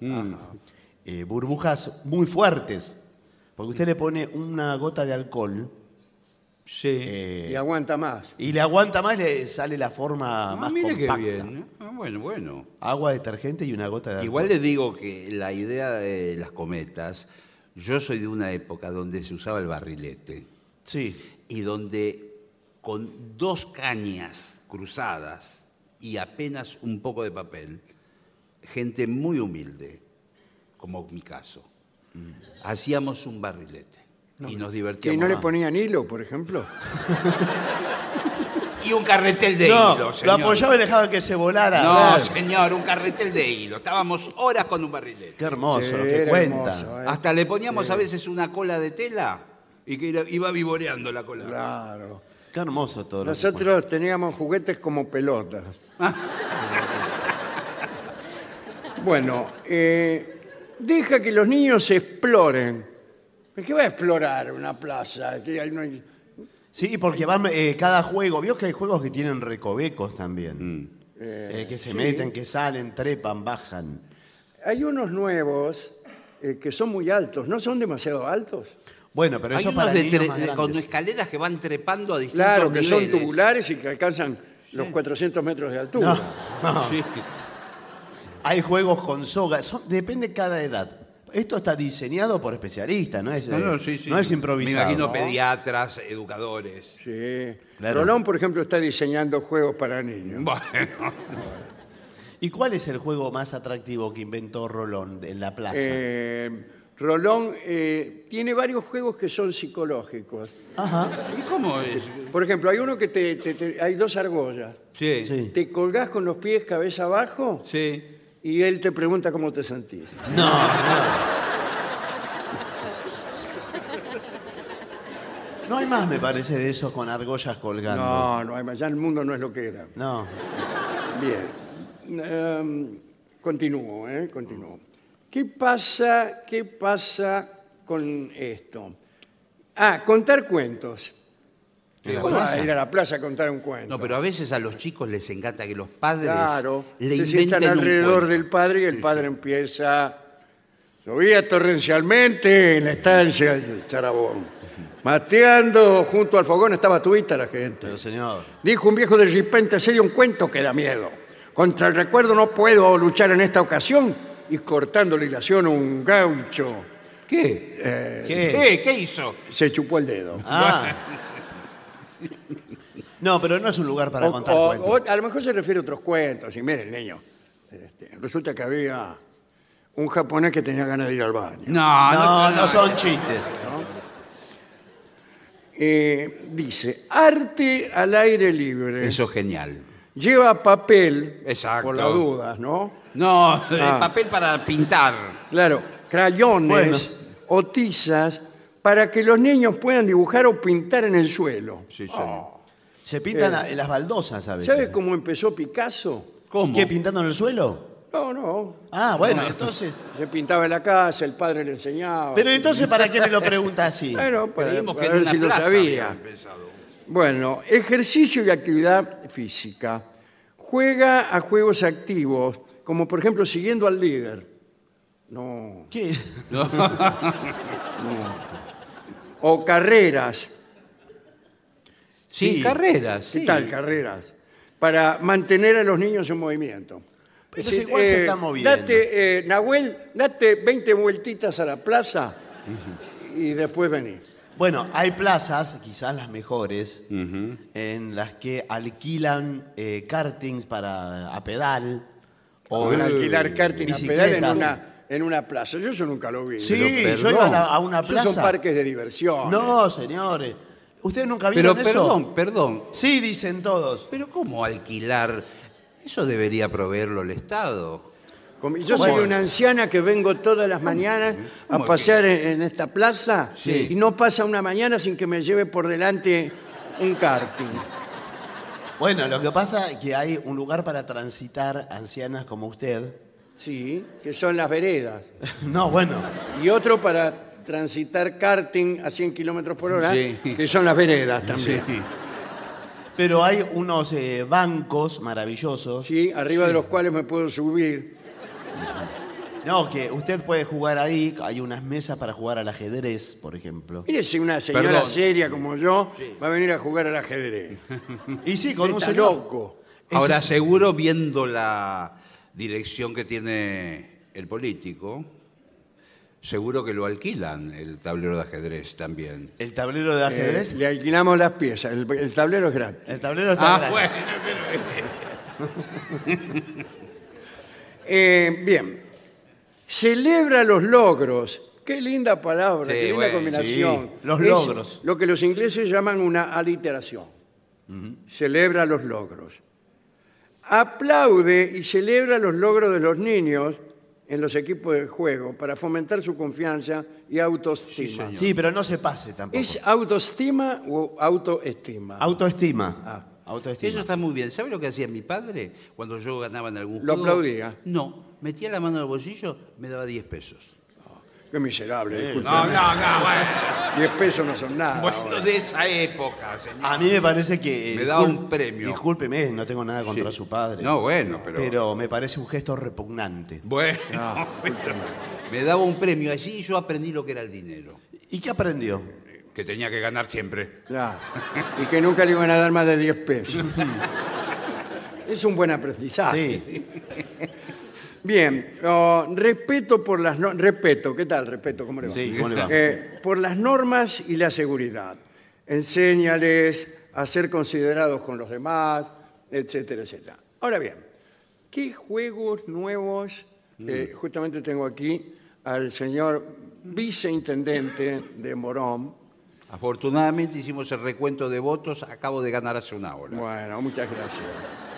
[SPEAKER 2] Eh, burbujas muy fuertes. Porque usted le pone una gota de alcohol
[SPEAKER 5] Sí.
[SPEAKER 2] eh,
[SPEAKER 1] Y aguanta más.
[SPEAKER 2] y le aguanta más y le sale la forma
[SPEAKER 5] Ah,
[SPEAKER 2] más
[SPEAKER 5] mire qué
[SPEAKER 2] compacta.
[SPEAKER 5] bien. Ah, bueno, bueno.
[SPEAKER 2] Agua, detergente y una gota de alcohol.
[SPEAKER 5] Igual le digo que la idea de las cometas, yo soy de una época donde se usaba el barrilete
[SPEAKER 2] Sí.
[SPEAKER 5] y donde con dos cañas cruzadas y apenas un poco de papel, gente muy humilde, como mi caso, hacíamos un barrilete y nos
[SPEAKER 1] ¿Y
[SPEAKER 5] divertíamos.
[SPEAKER 1] no le
[SPEAKER 5] más.
[SPEAKER 1] ponían hilo, por ejemplo?
[SPEAKER 5] Y un carretel de
[SPEAKER 2] no,
[SPEAKER 5] hilo,
[SPEAKER 2] lo
[SPEAKER 5] señor.
[SPEAKER 2] apoyaba y dejaba que se volara.
[SPEAKER 5] No,
[SPEAKER 2] Claro.
[SPEAKER 5] señor, un carretel de hilo. Estábamos horas con un barrilete.
[SPEAKER 2] Qué hermoso
[SPEAKER 1] Sí,
[SPEAKER 2] lo que
[SPEAKER 1] era
[SPEAKER 2] cuenta.
[SPEAKER 1] hermoso, ¿eh?
[SPEAKER 5] Hasta le poníamos a veces una cola de tela y que era- iba vivoreando la cola.
[SPEAKER 1] Claro.
[SPEAKER 2] Qué hermoso todo lo que
[SPEAKER 1] Nosotros teníamos juguetes como pelotas. bueno, eh, deja que los niños se exploren. ¿Pero ¿Qué va a explorar una plaza? Que ahí no hay-
[SPEAKER 2] cuenta. Sí, porque van eh, cada juego. Vio que hay juegos que tienen recovecos también.
[SPEAKER 5] Mm.
[SPEAKER 2] Eh, que se meten, que salen, trepan, bajan.
[SPEAKER 1] Hay unos nuevos eh, que son muy altos. ¿No son demasiado altos?
[SPEAKER 2] Bueno, pero
[SPEAKER 5] Hay
[SPEAKER 2] eso
[SPEAKER 5] unos
[SPEAKER 2] para
[SPEAKER 5] de
[SPEAKER 2] niños
[SPEAKER 5] tre-
[SPEAKER 2] más
[SPEAKER 5] de- con
[SPEAKER 2] grandes.
[SPEAKER 5] escaleras que van trepando a distintos
[SPEAKER 1] Claro, que son
[SPEAKER 5] niveles.
[SPEAKER 1] tubulares y que alcanzan los 400 metros de altura.
[SPEAKER 5] Sí.
[SPEAKER 2] Hay juegos con soga, son- depende cada edad. Esto está diseñado por especialistas, no es,
[SPEAKER 5] No, no,
[SPEAKER 2] eh,
[SPEAKER 5] sí, sí.
[SPEAKER 2] no es improvisado.
[SPEAKER 5] Me imagino
[SPEAKER 2] ¿no?
[SPEAKER 5] pediatras, educadores.
[SPEAKER 1] Sí.
[SPEAKER 2] Claro.
[SPEAKER 1] Rolón, por ejemplo, está diseñando juegos para niños.
[SPEAKER 5] Bueno,
[SPEAKER 2] ¿Y cuál es el juego más atractivo que inventó Rolón en la plaza?
[SPEAKER 1] Eh, Rolón eh, tiene varios juegos que son psicológicos.
[SPEAKER 2] Ajá.
[SPEAKER 5] ¿y cómo es?
[SPEAKER 1] Por ejemplo, hay uno que te, te- te- hay dos argollas.
[SPEAKER 5] Sí,
[SPEAKER 2] Sí.
[SPEAKER 1] Te colgás con los pies cabeza abajo
[SPEAKER 5] sí.
[SPEAKER 1] y él te pregunta cómo te sentís.
[SPEAKER 2] No hay más, me parece, de esos con argollas colgando.
[SPEAKER 1] No, no, además ya el mundo no es lo que era.
[SPEAKER 2] No.
[SPEAKER 1] Bien. Em, continúo, ¿eh? Continúo. ¿Qué pasa, ¿Qué pasa con esto? Ah, contar cuentos.
[SPEAKER 2] ¿En la
[SPEAKER 1] ¿Cómo vas
[SPEAKER 2] plaza?
[SPEAKER 1] a ir a la plaza a contar un cuento?
[SPEAKER 5] No, pero a veces a los chicos les encanta que los padres
[SPEAKER 1] Claro,
[SPEAKER 5] le
[SPEAKER 1] se sientan
[SPEAKER 5] inventen un
[SPEAKER 1] alrededor
[SPEAKER 5] cuento.
[SPEAKER 1] del padre y el padre empieza. Llovía torrencialmente en la estancia del Charabón. Mateando junto al fogón estaba tuita la gente.
[SPEAKER 2] Pero señor.
[SPEAKER 1] Dijo un viejo de repente, se dio un cuento que da miedo. Contra el recuerdo no puedo luchar en esta ocasión. Y cortando la hilación un gaucho
[SPEAKER 5] ¿Qué?
[SPEAKER 2] ¿Qué?
[SPEAKER 5] ¿Qué? ¿Qué hizo?
[SPEAKER 1] se chupó el dedo.
[SPEAKER 2] Ah. No, pero no es un lugar para
[SPEAKER 1] O-
[SPEAKER 2] contar
[SPEAKER 1] o-
[SPEAKER 2] cuentos.
[SPEAKER 1] o a lo mejor se refiere a otros cuentos. Y miren, niño, este, resulta que había un japonés que tenía ganas de ir al baño.
[SPEAKER 5] No,
[SPEAKER 2] no, no son chistes.
[SPEAKER 1] Eh, dice, arte al aire libre.
[SPEAKER 5] Eso es genial.
[SPEAKER 1] Lleva papel,
[SPEAKER 5] Exacto.
[SPEAKER 1] por las dudas, ¿no?
[SPEAKER 5] No,
[SPEAKER 1] Ah.
[SPEAKER 5] el papel para pintar.
[SPEAKER 1] Claro, crayones
[SPEAKER 2] Bueno.
[SPEAKER 1] o tizas para que los niños puedan dibujar o pintar en el suelo.
[SPEAKER 5] Sí, sí.
[SPEAKER 2] Se
[SPEAKER 1] Eh.
[SPEAKER 2] pintan la- las baldosas a veces.
[SPEAKER 1] ¿Sabes cómo empezó Picasso?
[SPEAKER 5] ¿Cómo?
[SPEAKER 2] ¿Qué, pintando en el suelo?
[SPEAKER 1] No, no.
[SPEAKER 2] Ah, bueno, entonces...
[SPEAKER 1] Se pintaba en la casa, el padre le enseñaba.
[SPEAKER 2] Pero entonces, ¿para qué me lo pregunta así?
[SPEAKER 1] bueno, para,
[SPEAKER 5] Creímos
[SPEAKER 1] para
[SPEAKER 5] que en
[SPEAKER 1] ver
[SPEAKER 5] una
[SPEAKER 1] si lo
[SPEAKER 5] plaza
[SPEAKER 1] sabía.
[SPEAKER 5] había empezado.
[SPEAKER 1] Bueno, ejercicio y actividad física. Juega a juegos activos, como por ejemplo siguiendo al líder. No.
[SPEAKER 2] ¿Qué?
[SPEAKER 1] O carreras.
[SPEAKER 5] Sin
[SPEAKER 2] Sí.
[SPEAKER 5] carreras,
[SPEAKER 1] ¿Qué
[SPEAKER 5] sí.
[SPEAKER 1] tal carreras? Para mantener a los niños en movimiento.
[SPEAKER 2] Pero
[SPEAKER 1] Es decir,
[SPEAKER 2] igual se está moviendo.
[SPEAKER 1] eh, Date, eh, Nahuel, date 20 vueltitas a la plaza y después venís.
[SPEAKER 2] Bueno, hay plazas, quizás las mejores, en las que alquilan eh, kartings para a pedal.
[SPEAKER 1] O en Ah, alquilar karting a pedal en
[SPEAKER 2] Bicicleta.
[SPEAKER 1] una, en una plaza. Yo eso nunca lo vi.
[SPEAKER 2] Sí,
[SPEAKER 5] Pero
[SPEAKER 2] yo
[SPEAKER 5] perdón.
[SPEAKER 2] iba a, la- a una
[SPEAKER 1] Esos son
[SPEAKER 2] plaza.
[SPEAKER 1] parques de diversión.
[SPEAKER 2] No, señores. ¿Ustedes nunca
[SPEAKER 5] Pero
[SPEAKER 2] vieron eso?
[SPEAKER 5] perdón, perdón.
[SPEAKER 2] Sí, dicen todos.
[SPEAKER 5] Pero ¿cómo alquilar? Eso debería proveerlo el Estado.
[SPEAKER 1] Como- Yo soy
[SPEAKER 5] ¿Cómo?
[SPEAKER 1] una anciana que vengo todas las mañanas a
[SPEAKER 5] ¿Cómo
[SPEAKER 1] pasear en, en esta plaza
[SPEAKER 5] Sí.
[SPEAKER 1] y no pasa una mañana sin que me lleve por delante un karting.
[SPEAKER 2] Bueno, lo que pasa es que hay un lugar para transitar ancianas como usted.
[SPEAKER 1] Sí, que son las veredas.
[SPEAKER 2] No, bueno.
[SPEAKER 1] Y otro para transitar karting a 100 kilómetros por hora,
[SPEAKER 5] Sí.
[SPEAKER 1] que son las veredas también. Sí,
[SPEAKER 2] Pero hay unos eh, bancos maravillosos.
[SPEAKER 1] arriba de los cuales me puedo subir.
[SPEAKER 2] No, que usted puede jugar ahí. Hay unas mesas para jugar al ajedrez, por ejemplo.
[SPEAKER 1] Mire si una señora
[SPEAKER 5] Perdón.
[SPEAKER 1] seria como yo va a venir a jugar al ajedrez.
[SPEAKER 2] Y sí, con un
[SPEAKER 1] Está
[SPEAKER 2] señor.
[SPEAKER 1] loco.
[SPEAKER 5] Ahora, seguro viendo la dirección que tiene el político, seguro que lo alquilan el tablero de ajedrez también.
[SPEAKER 2] El tablero de ajedrez.
[SPEAKER 1] Eh, le alquilamos las piezas, el, el tablero es gratis.
[SPEAKER 2] El tablero
[SPEAKER 5] Ah,
[SPEAKER 2] está grande.
[SPEAKER 1] Eh, bien. Celebra los logros. Qué linda palabra,
[SPEAKER 5] Sí,
[SPEAKER 1] qué linda
[SPEAKER 5] bueno,
[SPEAKER 1] combinación.
[SPEAKER 2] sí, los
[SPEAKER 1] Es
[SPEAKER 2] logros.
[SPEAKER 1] Lo que los ingleses llaman una aliteración. Celebra los logros. Aplaude y celebra los logros de los niños en los equipos de juego para fomentar su confianza y autoestima.
[SPEAKER 2] Sí, pero no se pase tampoco.
[SPEAKER 1] ¿Es autoestima o autoestima?
[SPEAKER 2] Autoestima.
[SPEAKER 1] Ah.
[SPEAKER 2] Autoestima.
[SPEAKER 5] Eso está muy bien. ¿Sabe lo que hacía mi padre cuando yo ganaba en algún
[SPEAKER 1] Lo
[SPEAKER 5] juego?
[SPEAKER 1] aplaudía.
[SPEAKER 5] No, metía la mano en el bolsillo, me daba 10 pesos.
[SPEAKER 1] Qué miserable, disculpe.
[SPEAKER 5] no, no, bueno.
[SPEAKER 1] 10 pesos no son
[SPEAKER 5] Ah,
[SPEAKER 1] nada. ahora.
[SPEAKER 5] de esa época, señor.
[SPEAKER 2] A mí me parece que. eh,
[SPEAKER 5] Me daba
[SPEAKER 2] discul-
[SPEAKER 5] un premio.
[SPEAKER 2] Discúlpeme, no tengo nada contra su padre.
[SPEAKER 5] No, bueno, pero.
[SPEAKER 2] pero... me parece un gesto repugnante.
[SPEAKER 5] Bueno, me daba un premio allí y yo aprendí lo que era el dinero.
[SPEAKER 2] ¿Y qué aprendió?
[SPEAKER 5] que tenía que ganar siempre.
[SPEAKER 1] Ya. Y que nunca le iban a dar más de 10 pesos. Es un buen
[SPEAKER 2] Ah,
[SPEAKER 1] aprendizaje.
[SPEAKER 2] Sí.
[SPEAKER 1] Bien, oh, respeto por las no- respeto, ¿qué tal? Respeto, ¿cómo le va?
[SPEAKER 2] Sí, ¿cómo le va?
[SPEAKER 1] Eh, por las normas y la seguridad. Enséñales a ser considerados con los demás, etcétera, etcétera. Ahora bien, ¿qué juegos nuevos?
[SPEAKER 2] Mm.
[SPEAKER 1] Eh, justamente tengo aquí al señor viceintendente de Morón.
[SPEAKER 5] Afortunadamente hicimos el recuento de votos, acabo de ganar hace una hora. eh,
[SPEAKER 1] Bueno, muchas gracias.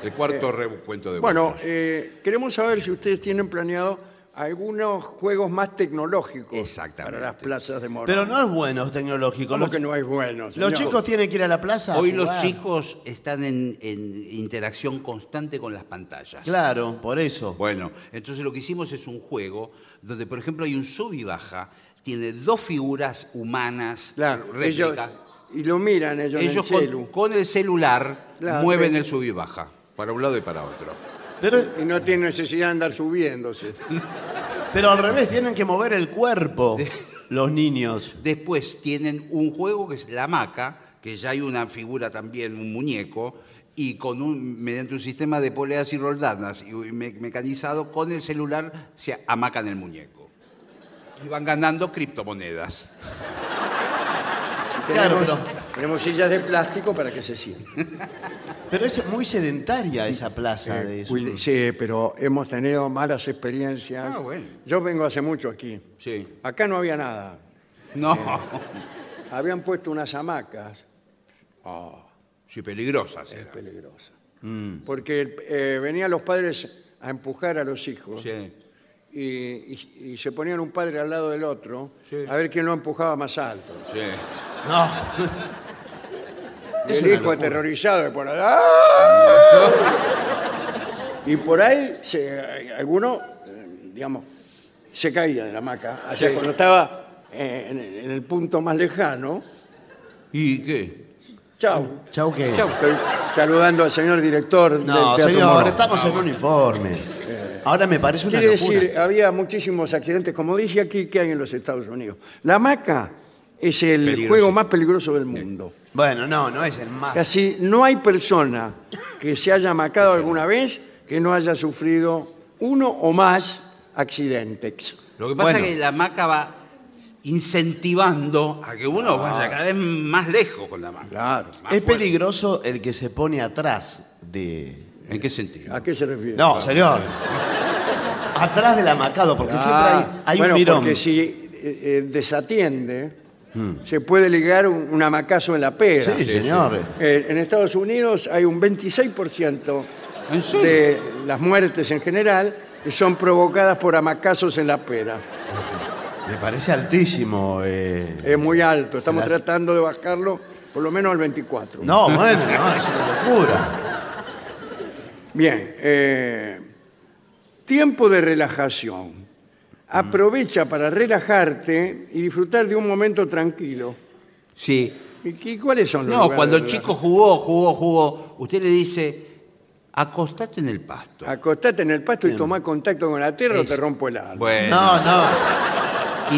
[SPEAKER 5] El cuarto recuento de
[SPEAKER 1] Bueno,
[SPEAKER 5] votos.
[SPEAKER 1] eh, queremos saber si ustedes tienen planeado algunos juegos más tecnológicos
[SPEAKER 5] Exactamente.
[SPEAKER 1] para las plazas de Morón.
[SPEAKER 2] Pero no es bueno tecnológico.
[SPEAKER 1] ¿Cómo
[SPEAKER 2] Los,
[SPEAKER 1] que no hay buenos? señor?
[SPEAKER 2] los chicos tienen que ir a la plaza. a
[SPEAKER 5] Hoy los
[SPEAKER 2] jugar.
[SPEAKER 5] chicos están en, en interacción constante con las pantallas.
[SPEAKER 2] Claro, por eso.
[SPEAKER 5] Bueno, entonces lo que hicimos es un juego donde, por ejemplo, hay un sub y baja, tiene dos figuras humanas,
[SPEAKER 1] Claro, ellos,
[SPEAKER 5] réplica.
[SPEAKER 1] y lo miran ellos, en el
[SPEAKER 5] Ellos con,
[SPEAKER 1] celu.
[SPEAKER 5] con el celular
[SPEAKER 1] Claro,
[SPEAKER 5] mueven
[SPEAKER 1] sí.
[SPEAKER 5] el sub y baja, para un lado y para otro.
[SPEAKER 2] Pero,
[SPEAKER 1] Y no tienen necesidad de andar subiéndose.
[SPEAKER 2] pero al revés, tienen que mover el cuerpo los niños.
[SPEAKER 5] Después tienen un juego que es la hamaca, que ya hay una figura también, un muñeco, y con un, mediante un sistema de poleas y roldanas y me- mecanizado, con el celular se hamacan el muñeco. Y van ganando criptomonedas.
[SPEAKER 2] Claro,
[SPEAKER 1] tenemos, tenemos sillas de plástico para que se sienten.
[SPEAKER 2] Pero es muy sedentaria esa
[SPEAKER 1] Eh,
[SPEAKER 2] plaza. de eso.
[SPEAKER 1] Cuide- Sí, pero hemos tenido malas experiencias.
[SPEAKER 5] Ah, bueno.
[SPEAKER 1] Yo vengo hace mucho aquí.
[SPEAKER 5] Sí.
[SPEAKER 1] Acá no había nada.
[SPEAKER 5] No.
[SPEAKER 1] Eh. Habían puesto unas hamacas
[SPEAKER 5] Sí, peligrosas.
[SPEAKER 1] Es
[SPEAKER 5] eran.
[SPEAKER 1] peligrosa. Porque eh, venían los padres a empujar a los hijos
[SPEAKER 5] Sí.
[SPEAKER 1] y, y- y se ponían un padre al lado del otro
[SPEAKER 5] Sí.
[SPEAKER 1] a ver quién lo empujaba más alto.
[SPEAKER 5] Sí.
[SPEAKER 2] No.
[SPEAKER 1] Y el hijo aterrorizado de por ahí, ¡ah! Y por ahí se- alguno, eh, digamos, se caía de la hamaca. O sea,
[SPEAKER 5] Sí.
[SPEAKER 1] cuando estaba eh, en, en el punto más lejano,
[SPEAKER 5] ¿Y qué?
[SPEAKER 1] chau.
[SPEAKER 2] Chau que.
[SPEAKER 1] Chau. Estoy saludando al señor director
[SPEAKER 2] No,
[SPEAKER 1] del Teatro
[SPEAKER 2] señor,
[SPEAKER 1] Morón.
[SPEAKER 2] estamos en uniforme. Ahora me parece una
[SPEAKER 1] Quiere
[SPEAKER 2] locura.
[SPEAKER 1] decir, había muchísimos accidentes, como dice aquí que hay en los Estados Unidos. La hamaca es el
[SPEAKER 5] Peligroso.
[SPEAKER 1] juego más peligroso del mundo.
[SPEAKER 2] Bueno, no, no es el más.
[SPEAKER 1] Casi no hay persona que se haya hamacado alguna vez que no haya sufrido uno o más accidentes.
[SPEAKER 5] Lo que pasa
[SPEAKER 2] Bueno.
[SPEAKER 5] es que la hamaca va incentivando a que uno vaya cada vez más lejos con la hamaca.
[SPEAKER 1] Claro.
[SPEAKER 5] Más
[SPEAKER 2] Es
[SPEAKER 5] fuerte.
[SPEAKER 2] peligroso el que se pone atrás de.
[SPEAKER 5] ¿En qué sentido?
[SPEAKER 2] Ah,
[SPEAKER 1] ¿A qué se refiere?
[SPEAKER 2] No, señor. Atrás del amacado, porque
[SPEAKER 1] Ah,
[SPEAKER 2] siempre hay, hay
[SPEAKER 1] bueno,
[SPEAKER 2] un mirón.
[SPEAKER 1] porque si eh, eh, desatiende, se puede ligar un, un hamacazo en la pera.
[SPEAKER 2] Hmm. Sí, señor.
[SPEAKER 1] Eh, en Estados Unidos hay un 26%
[SPEAKER 5] ¿En serio?
[SPEAKER 1] de las muertes en general que son provocadas por amacazos en la pera.
[SPEAKER 2] Me parece altísimo. eh.
[SPEAKER 1] Es muy alto, estamos
[SPEAKER 2] Las-
[SPEAKER 1] tratando de bajarlo por lo menos al 24.
[SPEAKER 2] No, bueno, no, es una locura.
[SPEAKER 1] Bien, eh, tiempo de relajación. Aprovecha para relajarte y disfrutar de un momento tranquilo.
[SPEAKER 5] Sí.
[SPEAKER 1] ¿Y qué- cuáles son los
[SPEAKER 5] No,
[SPEAKER 1] lugares
[SPEAKER 5] cuando
[SPEAKER 1] de
[SPEAKER 5] el
[SPEAKER 1] relajación?
[SPEAKER 5] chico jugó, jugó, jugó, usted le dice, acostate en el pasto.
[SPEAKER 2] Ah,
[SPEAKER 1] Acostate en el pasto y tomá contacto con la tierra o
[SPEAKER 5] Es-
[SPEAKER 1] te rompo el alma.
[SPEAKER 5] Bueno,
[SPEAKER 2] No, no.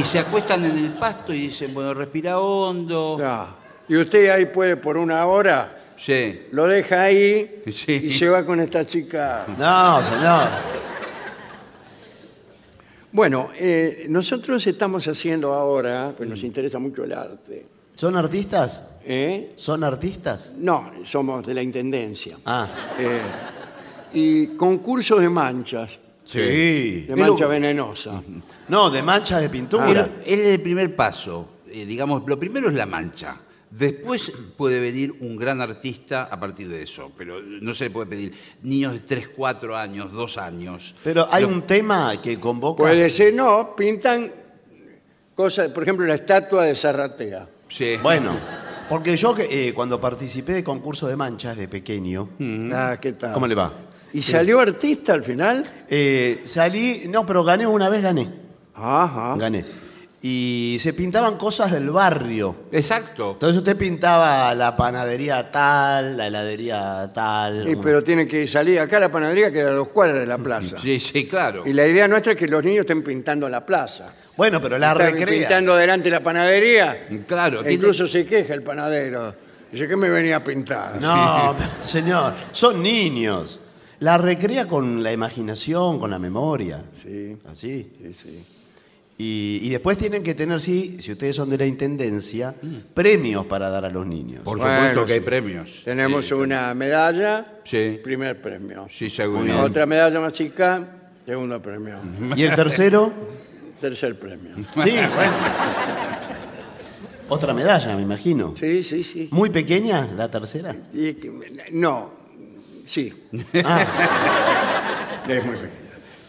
[SPEAKER 5] y se acuestan en el pasto y dicen, bueno, respira hondo.
[SPEAKER 1] Ya. Y usted ahí puede por una hora
[SPEAKER 5] Sí.
[SPEAKER 1] lo deja ahí
[SPEAKER 5] Sí.
[SPEAKER 1] y se va con esta chica.
[SPEAKER 2] No, señor.
[SPEAKER 1] Bueno, eh, nosotros estamos haciendo ahora, pues nos interesa mucho el arte.
[SPEAKER 2] ¿Son artistas?
[SPEAKER 1] ¿eh?
[SPEAKER 2] ¿Son artistas?
[SPEAKER 1] No, somos de la Intendencia.
[SPEAKER 2] Ah.
[SPEAKER 1] Eh, y concursos de manchas,
[SPEAKER 2] Sí.
[SPEAKER 1] de
[SPEAKER 5] Pero-
[SPEAKER 1] mancha venenosa.
[SPEAKER 2] No, de manchas de pintura.
[SPEAKER 5] Pero él es el primer paso. Eh, digamos, lo primero es la mancha. Después puede venir un gran artista a partir de eso, pero no se le puede pedir niños de 3, 4 años, 2 años.
[SPEAKER 2] Pero hay
[SPEAKER 5] Lo-
[SPEAKER 2] un tema que convoca.
[SPEAKER 1] Puede ser, no, pintan cosas, por ejemplo, la estatua de Zarratea.
[SPEAKER 5] Sí.
[SPEAKER 2] Bueno, porque yo que, eh, cuando participé de concursos de manchas de pequeño,
[SPEAKER 1] Ah, ¿qué tal?
[SPEAKER 2] ¿cómo le va?
[SPEAKER 1] ¿Y salió artista al final?
[SPEAKER 2] Eh, salí, no, pero gané una vez, gané.
[SPEAKER 1] Ajá.
[SPEAKER 2] Gané. y se pintaban cosas del barrio.
[SPEAKER 5] Exacto.
[SPEAKER 2] Entonces usted pintaba la panadería tal, la heladería tal.
[SPEAKER 1] Sí, pero tiene que salir acá a la panadería que a dos cuadras de la plaza.
[SPEAKER 5] Sí, sí, claro.
[SPEAKER 1] Y la idea nuestra es que los niños estén pintando la plaza.
[SPEAKER 2] Bueno, pero la
[SPEAKER 1] Están
[SPEAKER 2] recrea.
[SPEAKER 1] pintando delante la panadería.
[SPEAKER 5] Claro,
[SPEAKER 1] E
[SPEAKER 5] tiene-
[SPEAKER 1] Incluso se queja el panadero. Dice, ¿qué me venía a pintar?
[SPEAKER 2] No, señor, son niños. La recrea con la imaginación, con la memoria.
[SPEAKER 1] Sí.
[SPEAKER 2] Así.
[SPEAKER 1] Sí, sí.
[SPEAKER 2] Y, y después tienen que tener, sí, si ustedes son de la intendencia,
[SPEAKER 1] Mm.
[SPEAKER 2] premios para dar a los niños.
[SPEAKER 5] Por
[SPEAKER 1] Bueno,
[SPEAKER 5] supuesto que hay
[SPEAKER 1] sí.
[SPEAKER 5] premios.
[SPEAKER 1] Tenemos
[SPEAKER 5] Sí,
[SPEAKER 1] una medalla,
[SPEAKER 5] Sí.
[SPEAKER 1] primer premio.
[SPEAKER 5] Sí, seguro.
[SPEAKER 1] Otra medalla más chica, segundo premio.
[SPEAKER 2] ¿Y el tercero?
[SPEAKER 1] Tercer premio.
[SPEAKER 2] Sí, bueno. Otra medalla, me imagino.
[SPEAKER 1] Sí, sí, sí.
[SPEAKER 2] Muy pequeña, la tercera.
[SPEAKER 1] Y que- no, sí.
[SPEAKER 5] Ah.
[SPEAKER 1] Es muy pequeña.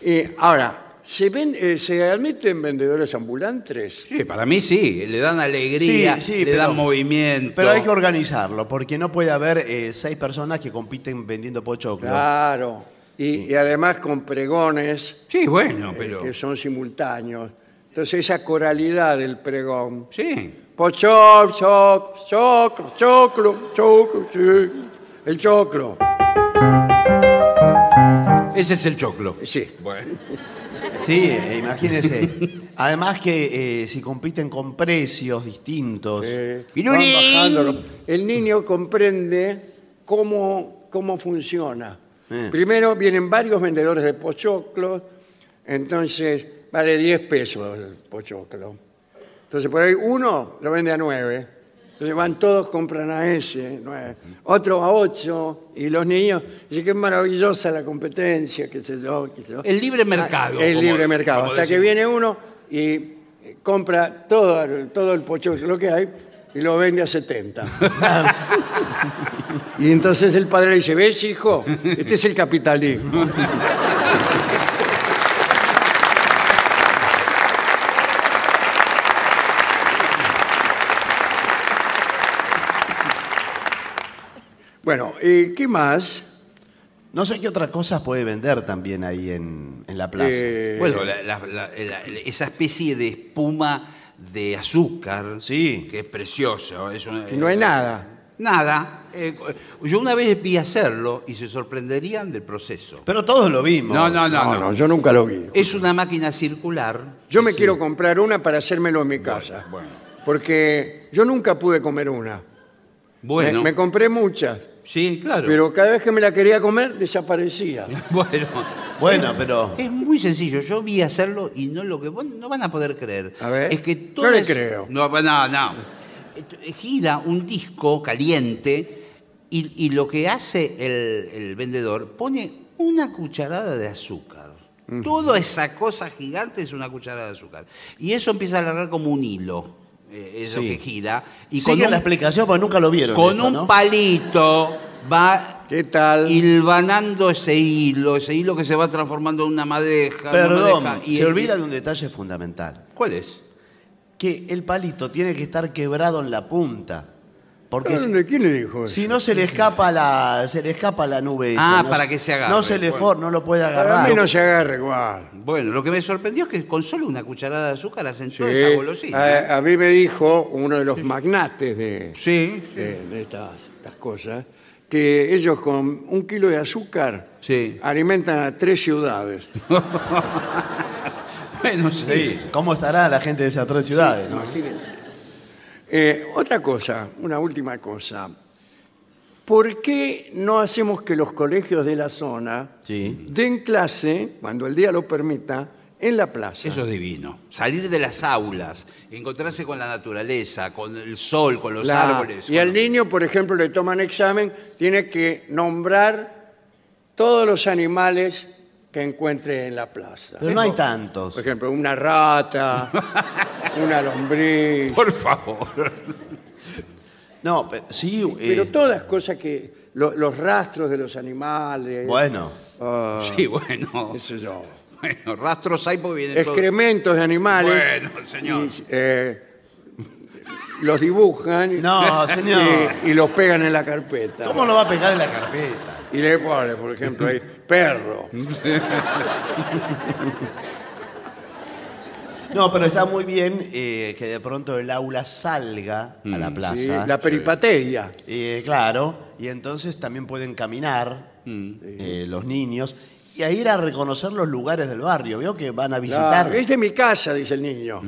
[SPEAKER 1] Eh, ahora, ¿se, ven, eh, ¿se admiten vendedores ambulantes?
[SPEAKER 5] Sí, para mí sí. Le dan alegría, le
[SPEAKER 2] pero-
[SPEAKER 5] dan movimiento.
[SPEAKER 2] Pero hay que organizarlo, porque no puede haber eh, seis personas que compiten vendiendo pochoclo.
[SPEAKER 1] Claro. Y, y además con pregones
[SPEAKER 5] Sí, bueno,
[SPEAKER 1] eh,
[SPEAKER 5] pero...
[SPEAKER 1] que son simultáneos. Entonces esa coralidad del pregón.
[SPEAKER 5] Sí.
[SPEAKER 1] Pochop, choc, choclo, choclo, choclo, sí. El choclo.
[SPEAKER 5] Ese es el choclo.
[SPEAKER 1] Sí.
[SPEAKER 5] Bueno.
[SPEAKER 2] Sí, eh, imagínense. Además que eh, si compiten con precios distintos.
[SPEAKER 1] Eh,
[SPEAKER 5] Y
[SPEAKER 1] van
[SPEAKER 5] Nuri.
[SPEAKER 1] bajándolo. El niño comprende cómo, cómo funciona.
[SPEAKER 2] Eh.
[SPEAKER 1] Primero vienen varios vendedores de pochoclos, entonces vale 10 pesos el pochoclo. Entonces por ahí uno lo vende a 9. Entonces van todos, compran a ese, nueve. otro a 8, y los niños, dicen que es maravillosa la competencia, qué sé yo, qué sé yo.
[SPEAKER 5] El libre mercado.
[SPEAKER 1] Ah, El
[SPEAKER 5] como-
[SPEAKER 1] libre mercado.
[SPEAKER 5] como
[SPEAKER 1] Hasta que
[SPEAKER 5] decimos.
[SPEAKER 1] viene uno y eh, compra todo, el- todo el pochoclo lo que hay y lo vende a 70. y entonces el padre le dice, ¿ves, hijo? Este es el capitalismo. Bueno, eh, ¿qué más?
[SPEAKER 2] No sé qué otras cosas puede vender también ahí en, en la plaza.
[SPEAKER 1] Eh,
[SPEAKER 5] Bueno, la- la- la- la- esa especie de espuma de azúcar.
[SPEAKER 2] Sí.
[SPEAKER 5] Que es precioso. es una- eh,
[SPEAKER 1] no hay nada.
[SPEAKER 5] Nada. Eh, yo una vez vi hacerlo y se sorprenderían del proceso.
[SPEAKER 2] Pero todos lo vimos.
[SPEAKER 5] No, no, no, no.
[SPEAKER 1] no, yo nunca lo vi.
[SPEAKER 5] Es una máquina circular.
[SPEAKER 1] Yo me quiero comprar una para hacérmelo en mi casa.
[SPEAKER 5] bueno.
[SPEAKER 1] Porque yo nunca pude comer una.
[SPEAKER 5] Bueno.
[SPEAKER 1] Me, me compré muchas,
[SPEAKER 5] sí, claro.
[SPEAKER 1] pero cada vez que me la quería comer desaparecía.
[SPEAKER 5] Bueno.
[SPEAKER 2] Bueno, pero.
[SPEAKER 5] Es muy sencillo. Yo vi hacerlo y no lo que vos no van a poder creer.
[SPEAKER 1] A ver.
[SPEAKER 5] Es que
[SPEAKER 1] No
[SPEAKER 5] todo
[SPEAKER 1] le
[SPEAKER 5] es-
[SPEAKER 1] creo.
[SPEAKER 5] No, no, no. Eh, Gira un disco caliente y, y lo que hace el, el vendedor pone una cucharada de azúcar. Toda esa cosa gigante es una cucharada de azúcar. Y eso empieza a alargar como un hilo. eh, Eso
[SPEAKER 2] Sí.
[SPEAKER 5] que gira. Y
[SPEAKER 2] Y sigue
[SPEAKER 5] con
[SPEAKER 2] la
[SPEAKER 5] un,
[SPEAKER 2] explicación porque nunca lo vieron.
[SPEAKER 5] con
[SPEAKER 2] esto,
[SPEAKER 5] un
[SPEAKER 2] ¿no?
[SPEAKER 5] palito va
[SPEAKER 1] ¿Qué tal?
[SPEAKER 5] hilvanando ese hilo, ese hilo que se va transformando en una madeja.
[SPEAKER 2] Perdón,
[SPEAKER 5] una madeja,
[SPEAKER 2] se olvida de un detalle fundamental.
[SPEAKER 5] ¿Cuál es?
[SPEAKER 2] Que el palito tiene que estar quebrado en la punta. Porque si,
[SPEAKER 1] ¿Dónde- Ah, ¿Quién le dijo eso?
[SPEAKER 2] si no se le escapa la, se le escapa la nube.
[SPEAKER 5] Ah,
[SPEAKER 2] esa, no
[SPEAKER 5] para
[SPEAKER 2] se-
[SPEAKER 5] que se agarre,
[SPEAKER 2] No se le
[SPEAKER 5] bueno.
[SPEAKER 2] for, no lo puede
[SPEAKER 1] Para
[SPEAKER 2] agarrar.
[SPEAKER 1] mí no se agarra igual.
[SPEAKER 5] Bueno, lo que me sorprendió es que con solo una cucharada de azúcar hacen toda
[SPEAKER 1] Sí. Ah, eh.
[SPEAKER 5] esa golosina. ¿eh?
[SPEAKER 1] A, a mí me dijo uno de los magnates de,
[SPEAKER 5] sí,
[SPEAKER 1] de- de estas, estas cosas que ellos con un kilo de azúcar
[SPEAKER 5] Sí.
[SPEAKER 1] alimentan a tres ciudades.
[SPEAKER 5] bueno, sí.
[SPEAKER 2] Sí, ¿Cómo estará la gente de esas tres ciudades? no?
[SPEAKER 1] Imagínense. Eh, otra cosa, una última cosa. ¿Por qué no hacemos que los colegios de la zona
[SPEAKER 2] Sí.
[SPEAKER 1] den clase, cuando el día lo permita, en la plaza?
[SPEAKER 5] Eso es divino. Salir de las aulas, encontrarse con la naturaleza, con el sol, con los
[SPEAKER 1] La-
[SPEAKER 5] árboles.
[SPEAKER 1] Y
[SPEAKER 5] con-
[SPEAKER 1] al niño, por ejemplo, le toman examen, tiene que nombrar todos los animales que encuentre en la plaza.
[SPEAKER 2] Pero no hay tantos.
[SPEAKER 1] Por ejemplo, una rata, una lombriz,
[SPEAKER 5] Por favor.
[SPEAKER 2] No, pero sí. eh,
[SPEAKER 1] pero todas cosas que lo- los rastros de los animales.
[SPEAKER 2] bueno,
[SPEAKER 1] ah,
[SPEAKER 5] Sí, bueno.
[SPEAKER 1] qué sé yo,
[SPEAKER 5] Bueno, rastros hay porque vienen todos.
[SPEAKER 1] excrementos de animales.
[SPEAKER 5] Bueno, señor.
[SPEAKER 1] y, eh, los dibujan
[SPEAKER 2] No, señor.
[SPEAKER 1] y, y los pegan en la carpeta.
[SPEAKER 2] ¿cómo lo va a pegar en la carpeta?
[SPEAKER 1] Y le pone, por ejemplo, ahí, perro.
[SPEAKER 2] No, pero está muy bien eh, que de pronto el aula salga a
[SPEAKER 5] Mm.
[SPEAKER 2] la
[SPEAKER 1] Sí,
[SPEAKER 2] plaza.
[SPEAKER 1] La peripateia.
[SPEAKER 2] Eh, claro, y entonces también pueden caminar
[SPEAKER 1] Mm.
[SPEAKER 2] eh, los niños y a ir a reconocer los lugares del barrio. Veo que van a visitar,
[SPEAKER 1] Claro, es de mi casa, dice el niño.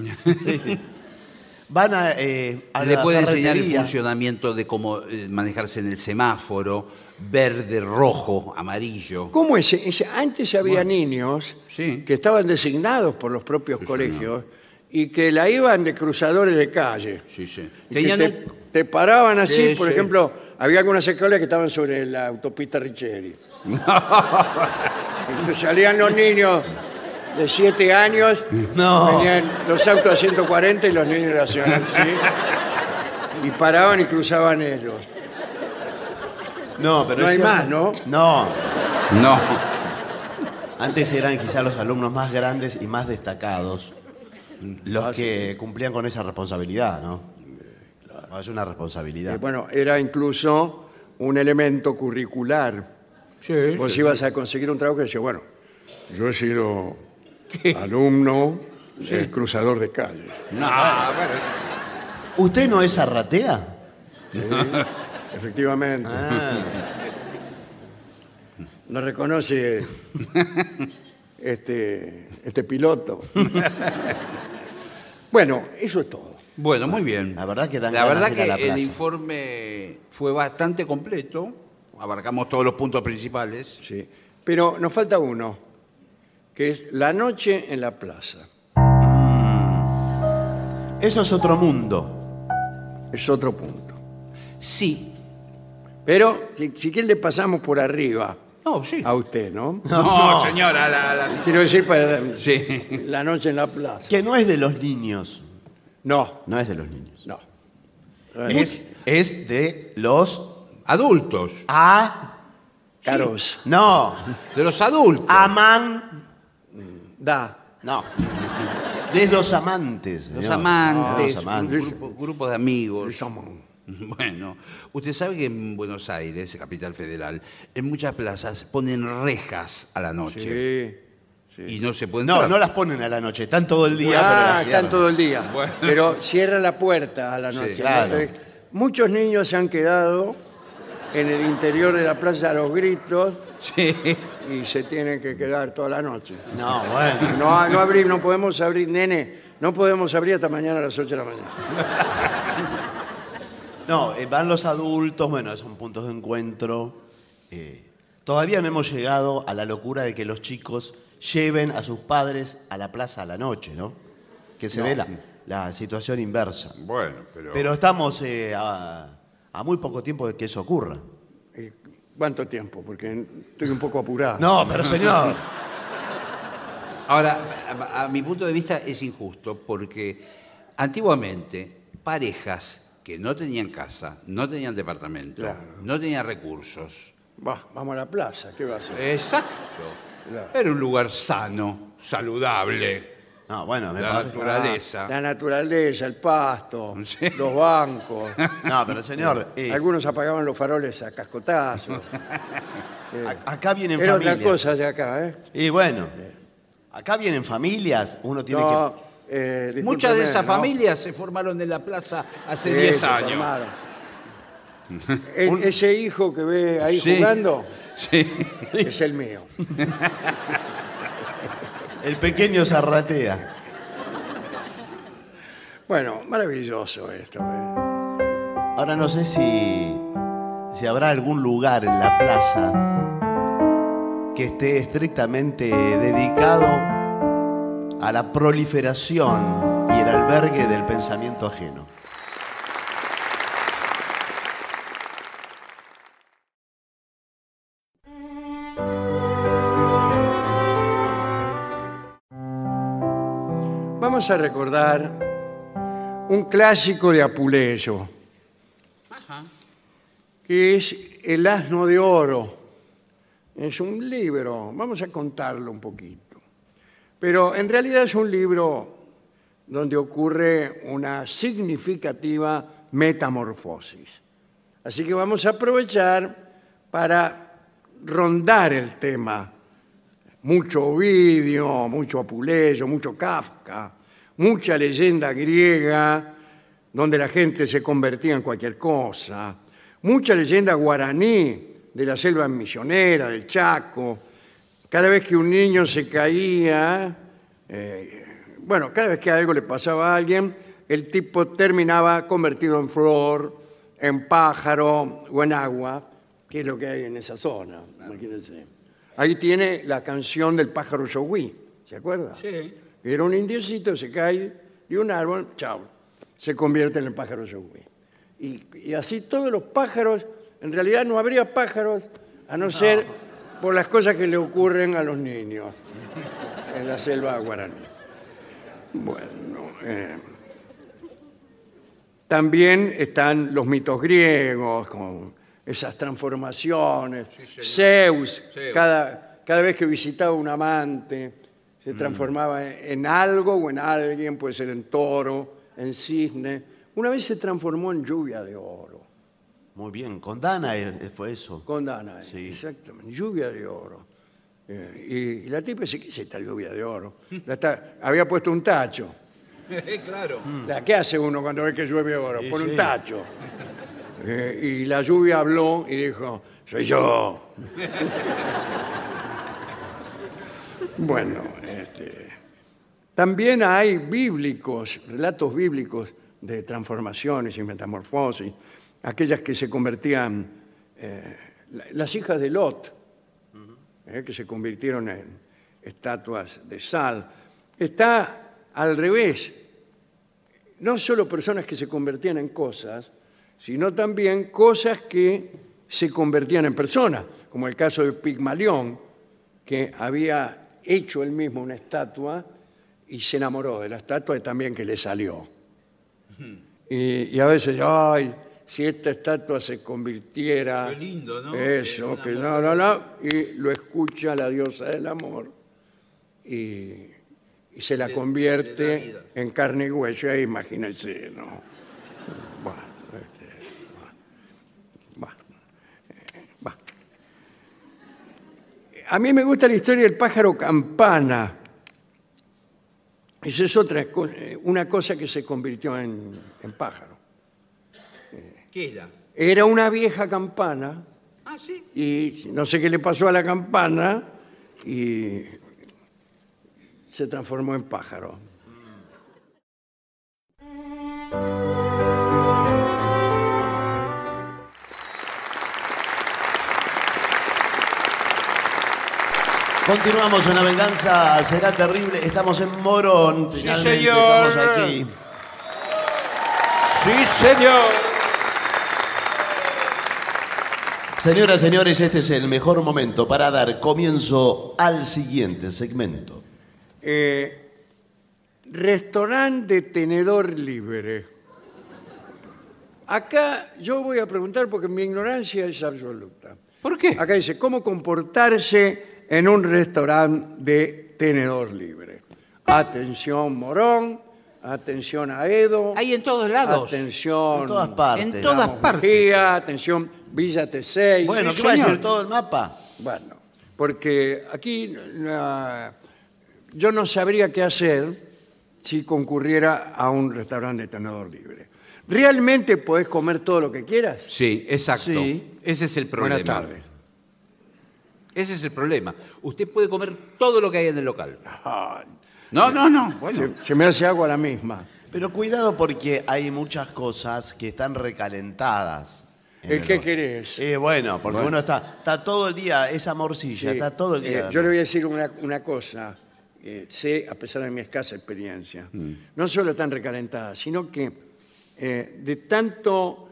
[SPEAKER 2] van a, eh, a
[SPEAKER 5] Le
[SPEAKER 2] la
[SPEAKER 5] puede enseñar el
[SPEAKER 2] ferretería.
[SPEAKER 5] funcionamiento de cómo eh, manejarse en el semáforo, verde, rojo, amarillo.
[SPEAKER 1] ¿Cómo es? Es- Antes había niños
[SPEAKER 5] sí.
[SPEAKER 1] que estaban designados por los propios colegios y que la iban de cruzadores de calle.
[SPEAKER 5] Sí, sí.
[SPEAKER 1] Y que
[SPEAKER 5] Tenían
[SPEAKER 1] te,
[SPEAKER 5] un-
[SPEAKER 1] te paraban así,
[SPEAKER 5] Sí,
[SPEAKER 1] por
[SPEAKER 5] sí.
[SPEAKER 1] ejemplo, había algunas escuelas que estaban sobre la autopista Richeri. Entonces salían los niños de 7 años,
[SPEAKER 2] No.
[SPEAKER 1] venían los autos a 140 y los niños lo hacían así. Y paraban y cruzaban ellos.
[SPEAKER 2] No, pero
[SPEAKER 1] No
[SPEAKER 2] es
[SPEAKER 1] hay
[SPEAKER 2] cierto.
[SPEAKER 1] más, ¿no?
[SPEAKER 2] No,
[SPEAKER 5] No.
[SPEAKER 2] antes eran quizá los alumnos más grandes y más destacados
[SPEAKER 1] Mm. Ah,
[SPEAKER 2] los que cumplían con esa responsabilidad, ¿no? No, Es una responsabilidad.
[SPEAKER 1] Eh, bueno, era incluso un elemento curricular. Vos ibas a conseguir un trabajo y decías, bueno, yo he sido alumno, eh, cruzador de calle.
[SPEAKER 5] No, Ah, bueno, es-
[SPEAKER 2] ¿Usted no es arratea?
[SPEAKER 1] Efectivamente. Lo reconoce este, este piloto. bueno, eso es todo.
[SPEAKER 5] Bueno, muy bien.
[SPEAKER 2] La verdad que dan
[SPEAKER 5] La
[SPEAKER 2] ganas
[SPEAKER 5] verdad
[SPEAKER 2] de ir
[SPEAKER 5] que
[SPEAKER 2] a la
[SPEAKER 5] el
[SPEAKER 2] plaza.
[SPEAKER 5] informe fue bastante completo. Abarcamos todos los puntos principales.
[SPEAKER 1] Sí. Pero nos falta uno, que es la noche en la plaza.
[SPEAKER 2] Eso es otro mundo.
[SPEAKER 1] Es otro punto.
[SPEAKER 5] Sí.
[SPEAKER 1] Pero si, si quiere le pasamos por arriba
[SPEAKER 5] No, sí.
[SPEAKER 1] a usted, ¿no?
[SPEAKER 5] No, señora. la- la-
[SPEAKER 1] Quiero decir para la-
[SPEAKER 5] Sí.
[SPEAKER 1] la noche en la plaza.
[SPEAKER 2] Que no es de los niños.
[SPEAKER 1] No,
[SPEAKER 2] No es de los niños.
[SPEAKER 1] no.
[SPEAKER 2] Es, es de los
[SPEAKER 5] Adultos.
[SPEAKER 2] a.
[SPEAKER 1] Caros.
[SPEAKER 2] No.
[SPEAKER 5] De los adultos.
[SPEAKER 2] Ah, Aman.
[SPEAKER 1] Da.
[SPEAKER 2] No. De los amantes.
[SPEAKER 5] Los
[SPEAKER 2] señor.
[SPEAKER 5] amantes,
[SPEAKER 2] No, los
[SPEAKER 5] un
[SPEAKER 2] amantes.
[SPEAKER 5] grupo- grupos de amigos.
[SPEAKER 1] Somos.
[SPEAKER 5] Bueno, usted sabe que en Buenos Aires, capital federal, en muchas plazas ponen rejas a la noche
[SPEAKER 1] Sí.
[SPEAKER 5] y no se pueden
[SPEAKER 2] No, no las ponen a la noche, están todo el día. pero
[SPEAKER 1] ah,
[SPEAKER 2] las
[SPEAKER 1] están
[SPEAKER 2] cierran.
[SPEAKER 1] todo el día.
[SPEAKER 5] Bueno.
[SPEAKER 1] Pero cierran la puerta a la noche.
[SPEAKER 5] Sí,
[SPEAKER 2] claro.
[SPEAKER 1] Entonces, muchos niños se han quedado en el interior de la plaza a los gritos
[SPEAKER 5] Sí.
[SPEAKER 1] y se tienen que quedar toda la noche.
[SPEAKER 2] No, bueno.
[SPEAKER 1] No, no abrir, no podemos abrir, nene. No podemos abrir hasta mañana a las 8 de la mañana.
[SPEAKER 2] No, eh, van los adultos, bueno, son puntos de encuentro. eh, todavía no hemos llegado a la locura de que los chicos lleven a sus padres a la plaza a la noche, ¿no? Que se dé la, la situación inversa.
[SPEAKER 5] Bueno, pero.
[SPEAKER 2] Pero estamos eh, a, a muy poco tiempo de que eso ocurra.
[SPEAKER 1] ¿Y ¿Cuánto tiempo? Porque estoy un poco apurado.
[SPEAKER 2] No, pero señor.
[SPEAKER 5] Ahora, a, a mi punto de vista es injusto porque antiguamente parejas que no tenían casa, no tenían departamento,
[SPEAKER 1] Claro.
[SPEAKER 5] no tenían recursos.
[SPEAKER 1] Va, vamos a la plaza, ¿qué va a
[SPEAKER 5] Eh,
[SPEAKER 1] hacer?
[SPEAKER 5] Exacto.
[SPEAKER 1] Claro.
[SPEAKER 5] Era un lugar sano, saludable,
[SPEAKER 2] No, bueno, me
[SPEAKER 5] la
[SPEAKER 2] parece.
[SPEAKER 5] naturaleza.
[SPEAKER 1] Ah, La naturaleza, el pasto, los bancos.
[SPEAKER 2] No, pero señor, eh,
[SPEAKER 1] Algunos apagaban los faroles a cascotazos.
[SPEAKER 2] a- acá vienen
[SPEAKER 1] Era
[SPEAKER 2] familias.
[SPEAKER 1] otra cosa de acá, ¿eh?
[SPEAKER 2] Y bueno, acá vienen familias, uno tiene que.
[SPEAKER 1] No, eh,
[SPEAKER 5] Muchas de
[SPEAKER 1] discúlpeme,
[SPEAKER 5] esas
[SPEAKER 1] ¿no?
[SPEAKER 5] familias se formaron en la plaza hace
[SPEAKER 1] Sí,
[SPEAKER 5] 10
[SPEAKER 1] se
[SPEAKER 5] años.
[SPEAKER 1] formaron. E- ese hijo que ve ahí
[SPEAKER 5] Sí.
[SPEAKER 1] jugando
[SPEAKER 5] Sí.
[SPEAKER 1] es el mío.
[SPEAKER 2] El pequeño zarratea.
[SPEAKER 1] Bueno, maravilloso esto. ¿eh?
[SPEAKER 2] Ahora no sé si, si habrá algún lugar en la plaza que esté estrictamente dedicado a la proliferación y el albergue del pensamiento ajeno.
[SPEAKER 1] Vamos a recordar un clásico de Apuleyo, que es El asno de oro. Es un libro, vamos a contarlo un poquito. Pero en realidad es un libro donde ocurre una significativa metamorfosis. Así que vamos a aprovechar para rondar el tema. Mucho Ovidio, mucho Apuleyo, mucho Kafka, mucha leyenda griega donde la gente se convertía en cualquier cosa, mucha leyenda guaraní de la selva misionera, del Chaco. Cada vez que un niño se caía, eh, bueno, cada vez que algo le pasaba a alguien, el tipo terminaba convertido en flor, en pájaro o en agua, que es lo que hay en esa zona, imagínense. Ahí tiene la canción del pájaro yogui, ¿se acuerda?
[SPEAKER 5] Sí.
[SPEAKER 1] Era un indiecito, se cae de un árbol, chao, se convierte en el pájaro yogui. Y, y así todos los pájaros, en realidad no habría pájaros, a no, ser por las cosas que le ocurren a los niños en la selva guaraní. Bueno, eh, también están los mitos griegos, con esas transformaciones. Zeus,
[SPEAKER 5] Zeus.
[SPEAKER 1] Cada, cada vez que visitaba un amante, se transformaba en en algo o en alguien, puede ser en toro, en cisne. Una vez se transformó en lluvia de oro,
[SPEAKER 2] Muy bien, con Dana eh, fue eso.
[SPEAKER 1] con Danae.
[SPEAKER 2] Sí.
[SPEAKER 1] Exactamente, eh, lluvia de oro. Eh, y, y la tipa dice, ¿qué es esta lluvia de oro? La está- había puesto un tacho.
[SPEAKER 5] claro.
[SPEAKER 1] La, ¿Qué hace uno cuando ve que llueve oro? Pone un tacho. Eh, y la lluvia habló y dijo, soy yo. bueno, este, también hay bíblicos, relatos bíblicos de transformaciones y metamorfosis, aquellas que se convertían, eh, la- las hijas de Lot, eh, que se convirtieron en estatuas de sal. Está al revés, no solo personas que se convertían en cosas, sino también cosas que se convertían en personas, como el caso de Pigmalión, que había hecho él mismo una estatua y se enamoró de la estatua y también que le salió. Y, y a veces, ay, si esta estatua se convirtiera...
[SPEAKER 5] Qué lindo, ¿no?
[SPEAKER 1] Eso,
[SPEAKER 5] Que
[SPEAKER 1] que
[SPEAKER 5] una
[SPEAKER 1] no, no, no, y lo escucha la diosa del amor y, y se la
[SPEAKER 5] Le- le da
[SPEAKER 1] convierte
[SPEAKER 5] vida.
[SPEAKER 1] en carne y hueso, ahí imagínense, ¿no? Bueno, este, bueno, bueno, eh, bueno. A mí me gusta la historia del pájaro campana. Esa es otra co- eh, una cosa que se convirtió en, en pájaro.
[SPEAKER 5] ¿Qué era?
[SPEAKER 1] Era una vieja campana
[SPEAKER 5] Ah, sí.
[SPEAKER 1] y no sé qué le pasó a la campana y se transformó en pájaro.
[SPEAKER 2] Continuamos en La Venganza Será Terrible. Estamos en Morón, finalmente
[SPEAKER 6] señor.
[SPEAKER 2] estamos aquí.
[SPEAKER 6] Sí, señor.
[SPEAKER 2] Señoras, señores, este es el mejor momento para dar comienzo al siguiente segmento.
[SPEAKER 1] Eh, restaurante de tenedor libre. Acá yo voy a preguntar porque mi ignorancia es absoluta.
[SPEAKER 5] ¿Por qué?
[SPEAKER 1] Acá dice, ¿cómo comportarse en un restaurante de tenedor libre? Atención Morón, atención Aedo.
[SPEAKER 5] Hay en todos lados.
[SPEAKER 1] Atención.
[SPEAKER 2] En todas partes.
[SPEAKER 5] en todas
[SPEAKER 1] Vamos,
[SPEAKER 5] partes.
[SPEAKER 1] Mejía, atención, Villa T6.
[SPEAKER 2] Bueno,
[SPEAKER 5] Sí,
[SPEAKER 2] ¿qué va a
[SPEAKER 5] señor.
[SPEAKER 2] decir todo el mapa?
[SPEAKER 1] Bueno, porque aquí eh, yo no sabría qué hacer si concurriera a un restaurante de tenedor libre. ¿Realmente podés comer todo lo que quieras?
[SPEAKER 5] Sí, exacto.
[SPEAKER 2] Sí.
[SPEAKER 5] Ese es el problema.
[SPEAKER 1] Buenas tardes.
[SPEAKER 5] Ese es el problema. Usted puede comer todo lo que hay en el local.
[SPEAKER 1] Ay,
[SPEAKER 5] No, no, no. Bueno.
[SPEAKER 1] se, se me hace agua la misma.
[SPEAKER 2] Pero cuidado porque hay muchas cosas que están recalentadas. en
[SPEAKER 1] Eh,
[SPEAKER 2] el
[SPEAKER 1] ¿Qué
[SPEAKER 2] horno.
[SPEAKER 1] querés?
[SPEAKER 2] Eh, bueno, porque uno está, está todo el día, esa morcilla, está todo el
[SPEAKER 1] Eh,
[SPEAKER 2] día.
[SPEAKER 1] yo le voy a decir una, una cosa. eh, sé, a pesar de mi escasa experiencia,
[SPEAKER 2] Mm.
[SPEAKER 1] no solo están recalentadas, sino que eh, de tanto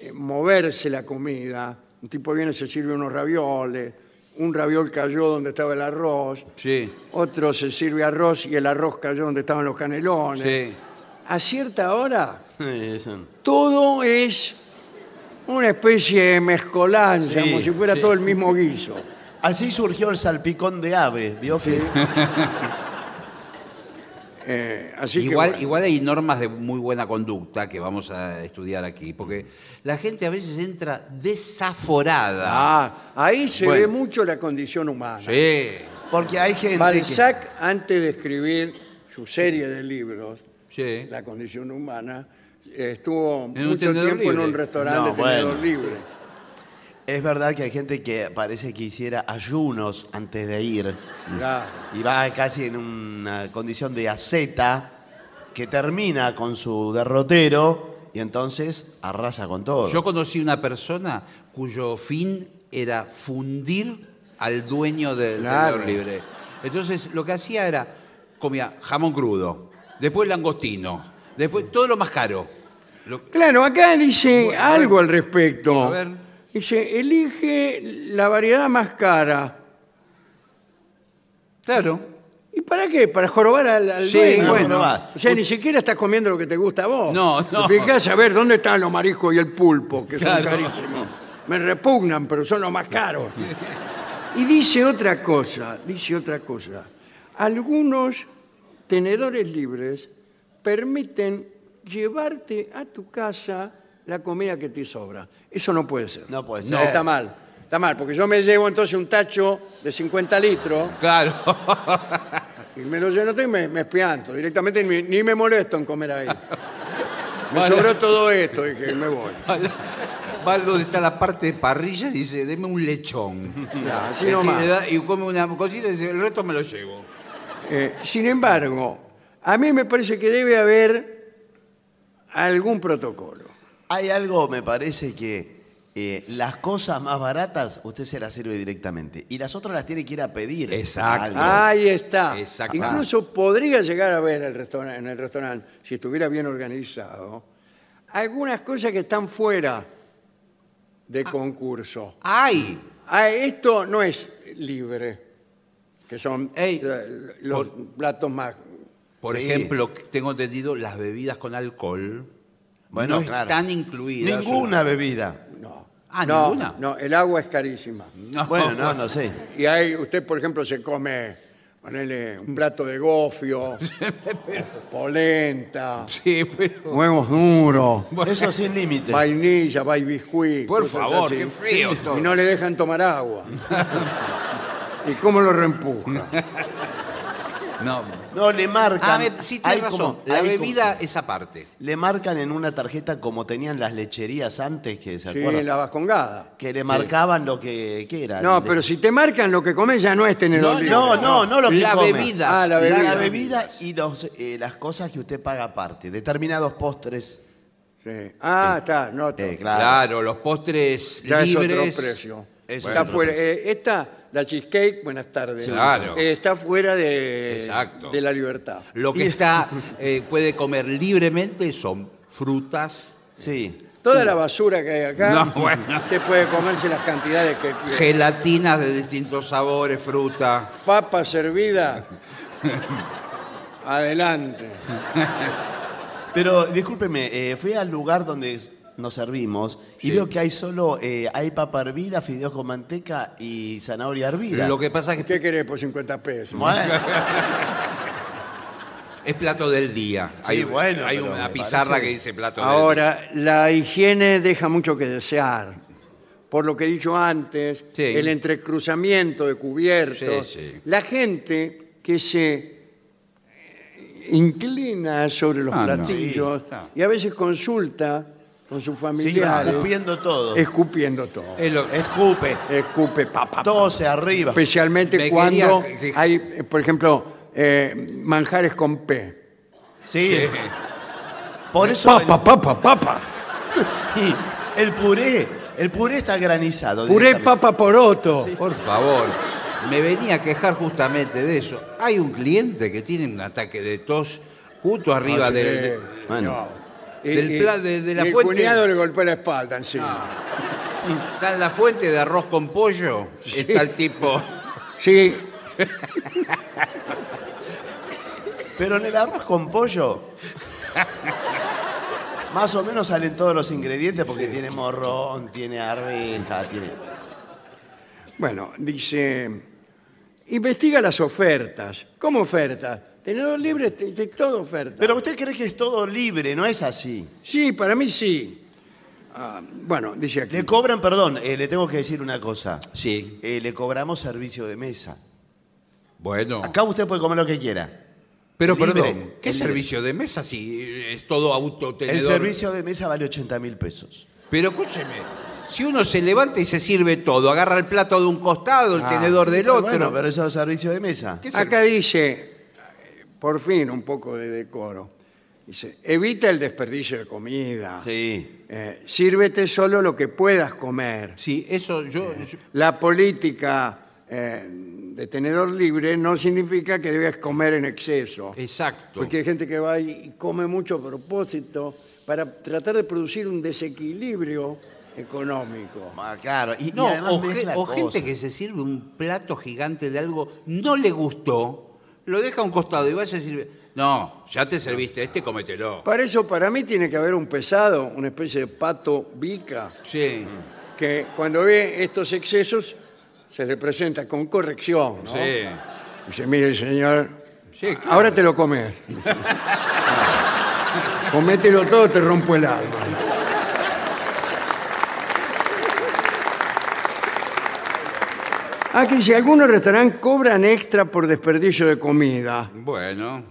[SPEAKER 1] eh, moverse la comida, un tipo viene y se sirve unos ravioles, un raviol cayó donde estaba el arroz,
[SPEAKER 5] Sí.
[SPEAKER 1] otro se sirve arroz y el arroz cayó donde estaban los canelones.
[SPEAKER 5] Sí.
[SPEAKER 1] A cierta hora
[SPEAKER 2] Eh, son-
[SPEAKER 1] todo es una especie de mezcolanza,
[SPEAKER 2] Sí,
[SPEAKER 1] como si fuera
[SPEAKER 2] sí.
[SPEAKER 1] todo el mismo guiso.
[SPEAKER 2] Así surgió el salpicón de ave, ¿vio? que-
[SPEAKER 1] Eh, así que,
[SPEAKER 5] Igual,
[SPEAKER 1] bueno.
[SPEAKER 5] igual hay normas de muy buena conducta que vamos a estudiar aquí, porque la gente a veces entra desaforada.
[SPEAKER 1] Ah, ahí se
[SPEAKER 5] Bueno.
[SPEAKER 1] ve mucho la condición humana.
[SPEAKER 5] Sí.
[SPEAKER 2] Porque hay gente que...
[SPEAKER 1] Balzac, antes de escribir su serie de libros,
[SPEAKER 5] Sí.
[SPEAKER 1] La condición humana, eh, estuvo
[SPEAKER 5] En un
[SPEAKER 1] mucho
[SPEAKER 5] tenedor
[SPEAKER 1] tiempo en
[SPEAKER 5] libre.
[SPEAKER 1] un restaurante
[SPEAKER 2] No,
[SPEAKER 1] de tenedor
[SPEAKER 2] bueno.
[SPEAKER 1] libre.
[SPEAKER 2] Es verdad que hay gente que parece que hiciera ayunos antes de ir
[SPEAKER 1] Ya.
[SPEAKER 2] y va casi en una condición de aceta que termina con su derrotero y entonces arrasa con todo.
[SPEAKER 5] Yo conocí una persona cuyo fin era fundir al dueño del
[SPEAKER 1] Claro.
[SPEAKER 5] tenedor libre. Entonces lo que hacía era comía jamón crudo, después langostino, después todo lo más caro. Lo-
[SPEAKER 1] Claro, acá dice
[SPEAKER 5] a ver.
[SPEAKER 1] algo al respecto.
[SPEAKER 5] A ver.
[SPEAKER 1] Dice, elige la variedad más cara.
[SPEAKER 5] claro.
[SPEAKER 1] ¿Y para qué? Para jorobar al, al
[SPEAKER 5] Sí,
[SPEAKER 1] dueño.
[SPEAKER 2] bueno.
[SPEAKER 1] ¿no? O sea, ni siquiera estás comiendo lo que te gusta a vos.
[SPEAKER 5] No, no.
[SPEAKER 1] Te fijás a ver dónde están los mariscos y el pulpo, que
[SPEAKER 5] Claro.
[SPEAKER 1] son carísimos. Me repugnan, pero son los más caros. Y dice otra cosa, dice otra cosa. Algunos tenedores libres permiten llevarte a tu casa la comida que te sobra. Eso no puede ser.
[SPEAKER 2] No puede
[SPEAKER 1] No,
[SPEAKER 2] ser.
[SPEAKER 1] está mal. Está mal, porque yo me llevo entonces un tacho de 50 litros
[SPEAKER 5] Claro.
[SPEAKER 1] y me lo lleno todo y me, me espianto. Directamente ni, ni me molesto en comer ahí. Me sobró todo esto, dije, y me voy.
[SPEAKER 5] Va donde está la parte de parrilla y dice, deme un lechón.
[SPEAKER 1] Ya, así
[SPEAKER 5] Este,
[SPEAKER 1] nomás.
[SPEAKER 5] le da- y come una cosita y dice, el resto me lo llevo.
[SPEAKER 1] Eh, sin embargo, a mí me parece que debe haber algún protocolo.
[SPEAKER 2] Hay algo, me parece que eh, las cosas más baratas usted se las sirve directamente y las otras las tiene que ir a pedir.
[SPEAKER 5] Exacto.
[SPEAKER 2] a alguien.
[SPEAKER 1] Ahí está.
[SPEAKER 5] Exacto.
[SPEAKER 1] Incluso podría llegar a ver el restaurante, en el restaurante, si estuviera bien organizado, algunas cosas que están fuera de concurso.
[SPEAKER 5] ¡Ay!
[SPEAKER 1] Ah, esto no es libre, que son
[SPEAKER 5] Ey,
[SPEAKER 1] eh, los platos más...
[SPEAKER 5] Por
[SPEAKER 2] Sí.
[SPEAKER 5] ejemplo, tengo entendido las bebidas con alcohol
[SPEAKER 2] Bueno,
[SPEAKER 5] no
[SPEAKER 2] claro.
[SPEAKER 5] están incluidas.
[SPEAKER 2] Ninguna bebida.
[SPEAKER 1] No.
[SPEAKER 5] Ah,
[SPEAKER 1] no,
[SPEAKER 5] ninguna.
[SPEAKER 1] No, el agua es carísima.
[SPEAKER 5] No.
[SPEAKER 2] Bueno, no, no sé.
[SPEAKER 1] Y ahí usted, por ejemplo, se come, ponele un plato de gofio, polenta,
[SPEAKER 5] Sí, pero-
[SPEAKER 1] huevos duros,
[SPEAKER 2] Eso sin límite.
[SPEAKER 1] vainilla, biscuit.
[SPEAKER 5] Por
[SPEAKER 1] cosas
[SPEAKER 5] favor,
[SPEAKER 1] así.
[SPEAKER 5] qué feo todo.
[SPEAKER 1] Y no le dejan tomar agua. ¿Y cómo lo reempuja?
[SPEAKER 5] No.
[SPEAKER 2] No, le marcan.
[SPEAKER 5] Ah, me- sí,
[SPEAKER 2] hay
[SPEAKER 5] tiene razón.
[SPEAKER 2] como-
[SPEAKER 5] la
[SPEAKER 2] hay
[SPEAKER 5] bebida
[SPEAKER 2] como-
[SPEAKER 5] es aparte.
[SPEAKER 2] le marcan en una tarjeta como tenían las lecherías antes, que se
[SPEAKER 1] Sí,
[SPEAKER 2] acuerdan.
[SPEAKER 1] la vascongada.
[SPEAKER 2] Que le marcaban lo que, que era.
[SPEAKER 1] No,
[SPEAKER 2] Le-
[SPEAKER 1] pero si te marcan lo que comes ya no es tenedor
[SPEAKER 2] No,
[SPEAKER 1] libre.
[SPEAKER 2] no, no, no lo que
[SPEAKER 5] La
[SPEAKER 2] come.
[SPEAKER 5] bebida.
[SPEAKER 1] Ah, la bebida.
[SPEAKER 2] La bebida y los, eh, las cosas que usted paga aparte. Determinados postres.
[SPEAKER 1] Sí. Ah, está, no está.
[SPEAKER 2] Eh, claro.
[SPEAKER 5] Claro, los postres
[SPEAKER 1] Ya
[SPEAKER 5] libres.
[SPEAKER 1] es otro precio.
[SPEAKER 2] Eso
[SPEAKER 1] está
[SPEAKER 2] es otro
[SPEAKER 1] fuera. eh, esta, la cheesecake, buenas tardes.
[SPEAKER 5] Sí, claro.
[SPEAKER 1] Eh, está fuera de,
[SPEAKER 5] Exacto.
[SPEAKER 1] de la libertad.
[SPEAKER 5] Lo que está eh, puede comer libremente son frutas,
[SPEAKER 2] Sí.
[SPEAKER 1] Toda la basura que hay acá,
[SPEAKER 5] No, bueno.
[SPEAKER 1] usted puede comerse las cantidades que quiera.
[SPEAKER 5] gelatinas de distintos sabores, fruta.
[SPEAKER 1] Papa servida. Adelante.
[SPEAKER 2] Pero discúlpeme, eh, fui al lugar donde s- nos servimos y
[SPEAKER 5] Sí.
[SPEAKER 2] veo que hay solo eh, hay papa hervida, fideos con manteca y zanahoria hervida.
[SPEAKER 5] Lo que pasa es que
[SPEAKER 1] ¿Qué querés por 50 pesos?
[SPEAKER 2] Bueno,
[SPEAKER 5] es plato del día.
[SPEAKER 2] Sí,
[SPEAKER 5] hay
[SPEAKER 2] bueno,
[SPEAKER 5] hay
[SPEAKER 2] pero
[SPEAKER 5] una
[SPEAKER 2] me
[SPEAKER 5] pizarra
[SPEAKER 2] parece-
[SPEAKER 5] que dice plato del día.
[SPEAKER 1] Ahora, la higiene deja mucho que desear. Por lo que he dicho antes,
[SPEAKER 5] Sí.
[SPEAKER 1] el entrecruzamiento de cubiertos,
[SPEAKER 5] Sí, sí.
[SPEAKER 1] la gente que se eh, inclina sobre los
[SPEAKER 5] Ah, no.
[SPEAKER 1] platillos
[SPEAKER 5] Sí, claro.
[SPEAKER 1] y a veces consulta con sus
[SPEAKER 2] sí,
[SPEAKER 1] familiares,
[SPEAKER 2] escupiendo todo.
[SPEAKER 1] escupiendo todo.
[SPEAKER 5] Es lo-
[SPEAKER 2] Escupe,
[SPEAKER 1] Escupe, papá.
[SPEAKER 2] tose arriba.
[SPEAKER 1] Especialmente
[SPEAKER 5] Me
[SPEAKER 1] cuando
[SPEAKER 5] quería que-
[SPEAKER 1] hay, eh, por ejemplo, eh, manjares con P.
[SPEAKER 2] Sí. Por eso el,
[SPEAKER 1] Papa, papa, papa.
[SPEAKER 2] sí, el puré, el puré está granizado.
[SPEAKER 1] Puré,
[SPEAKER 2] directamente.
[SPEAKER 1] papa, poroto.
[SPEAKER 5] Por favor, me venía a quejar justamente de eso. Hay un cliente que tiene un ataque de tos justo
[SPEAKER 2] Ah,
[SPEAKER 5] arriba
[SPEAKER 1] Sí.
[SPEAKER 5] del... de-
[SPEAKER 2] Bueno.
[SPEAKER 5] Del pla- de- de la
[SPEAKER 1] y Eh, el
[SPEAKER 5] fuente.
[SPEAKER 1] cuñado le golpeó la espalda encima.
[SPEAKER 5] está en la fuente de arroz con pollo. Está el tipo...
[SPEAKER 1] Sí,
[SPEAKER 2] Pero en el arroz con pollo. Más o menos salen todos los ingredientes porque tiene morrón, tiene arveja, tiene.
[SPEAKER 1] bueno, dice, investiga las ofertas. ¿Cómo ofertas? Tenedor libre, te- te- todo oferta.
[SPEAKER 2] Pero usted cree que es todo libre, no es así.
[SPEAKER 1] Sí, para mí sí. Ah, bueno, dice aquí.
[SPEAKER 2] Le cobran, perdón, eh, le tengo que decir una cosa.
[SPEAKER 5] Sí.
[SPEAKER 2] Eh, le cobramos servicio de mesa.
[SPEAKER 5] Bueno,
[SPEAKER 2] Acá usted puede comer lo que quiera.
[SPEAKER 5] Pero
[SPEAKER 2] libre.
[SPEAKER 5] perdón, ¿qué servicio de mesa si es todo autotenedor?
[SPEAKER 2] El servicio de mesa vale 80 mil pesos.
[SPEAKER 5] Pero escúcheme, si uno se levanta y se sirve todo, agarra el plato de un costado, el tenedor del otro.
[SPEAKER 2] Bueno, Ah, pero eso es servicio de mesa.
[SPEAKER 5] ¿Qué
[SPEAKER 1] Acá dice, por fin un poco de decoro, dice, evita el desperdicio de comida,
[SPEAKER 2] Sí.
[SPEAKER 1] Eh, sírvete solo lo que puedas comer.
[SPEAKER 5] Sí, eso yo,
[SPEAKER 2] Eh.
[SPEAKER 5] yo-
[SPEAKER 1] La política eh, de tenedor libre no significa que debes comer en exceso.
[SPEAKER 5] Exacto.
[SPEAKER 1] Porque hay gente que va y come mucho a propósito para tratar de producir un desequilibrio económico.
[SPEAKER 2] Ah, claro. Y, y
[SPEAKER 5] No,
[SPEAKER 2] además
[SPEAKER 5] o, ge-
[SPEAKER 2] mezcla
[SPEAKER 5] o gente
[SPEAKER 2] cosas.
[SPEAKER 5] que se sirve un plato gigante de algo, no le gustó, lo deja a un costado y va a decir, no, ya te serviste, este cometelo.
[SPEAKER 1] Para eso, para mí, tiene que haber un pesado, una especie de pato bica,
[SPEAKER 5] Sí,
[SPEAKER 1] que cuando ve estos excesos se le presenta con corrección. ¿no?
[SPEAKER 5] sí.
[SPEAKER 1] Dice, mire, señor,
[SPEAKER 5] Sí, claro.
[SPEAKER 1] ahora te lo comes. Comételo todo, te rompo el alma. Aquí si Ah, algunos restaurantes cobran extra por desperdicio de comida
[SPEAKER 5] Bueno,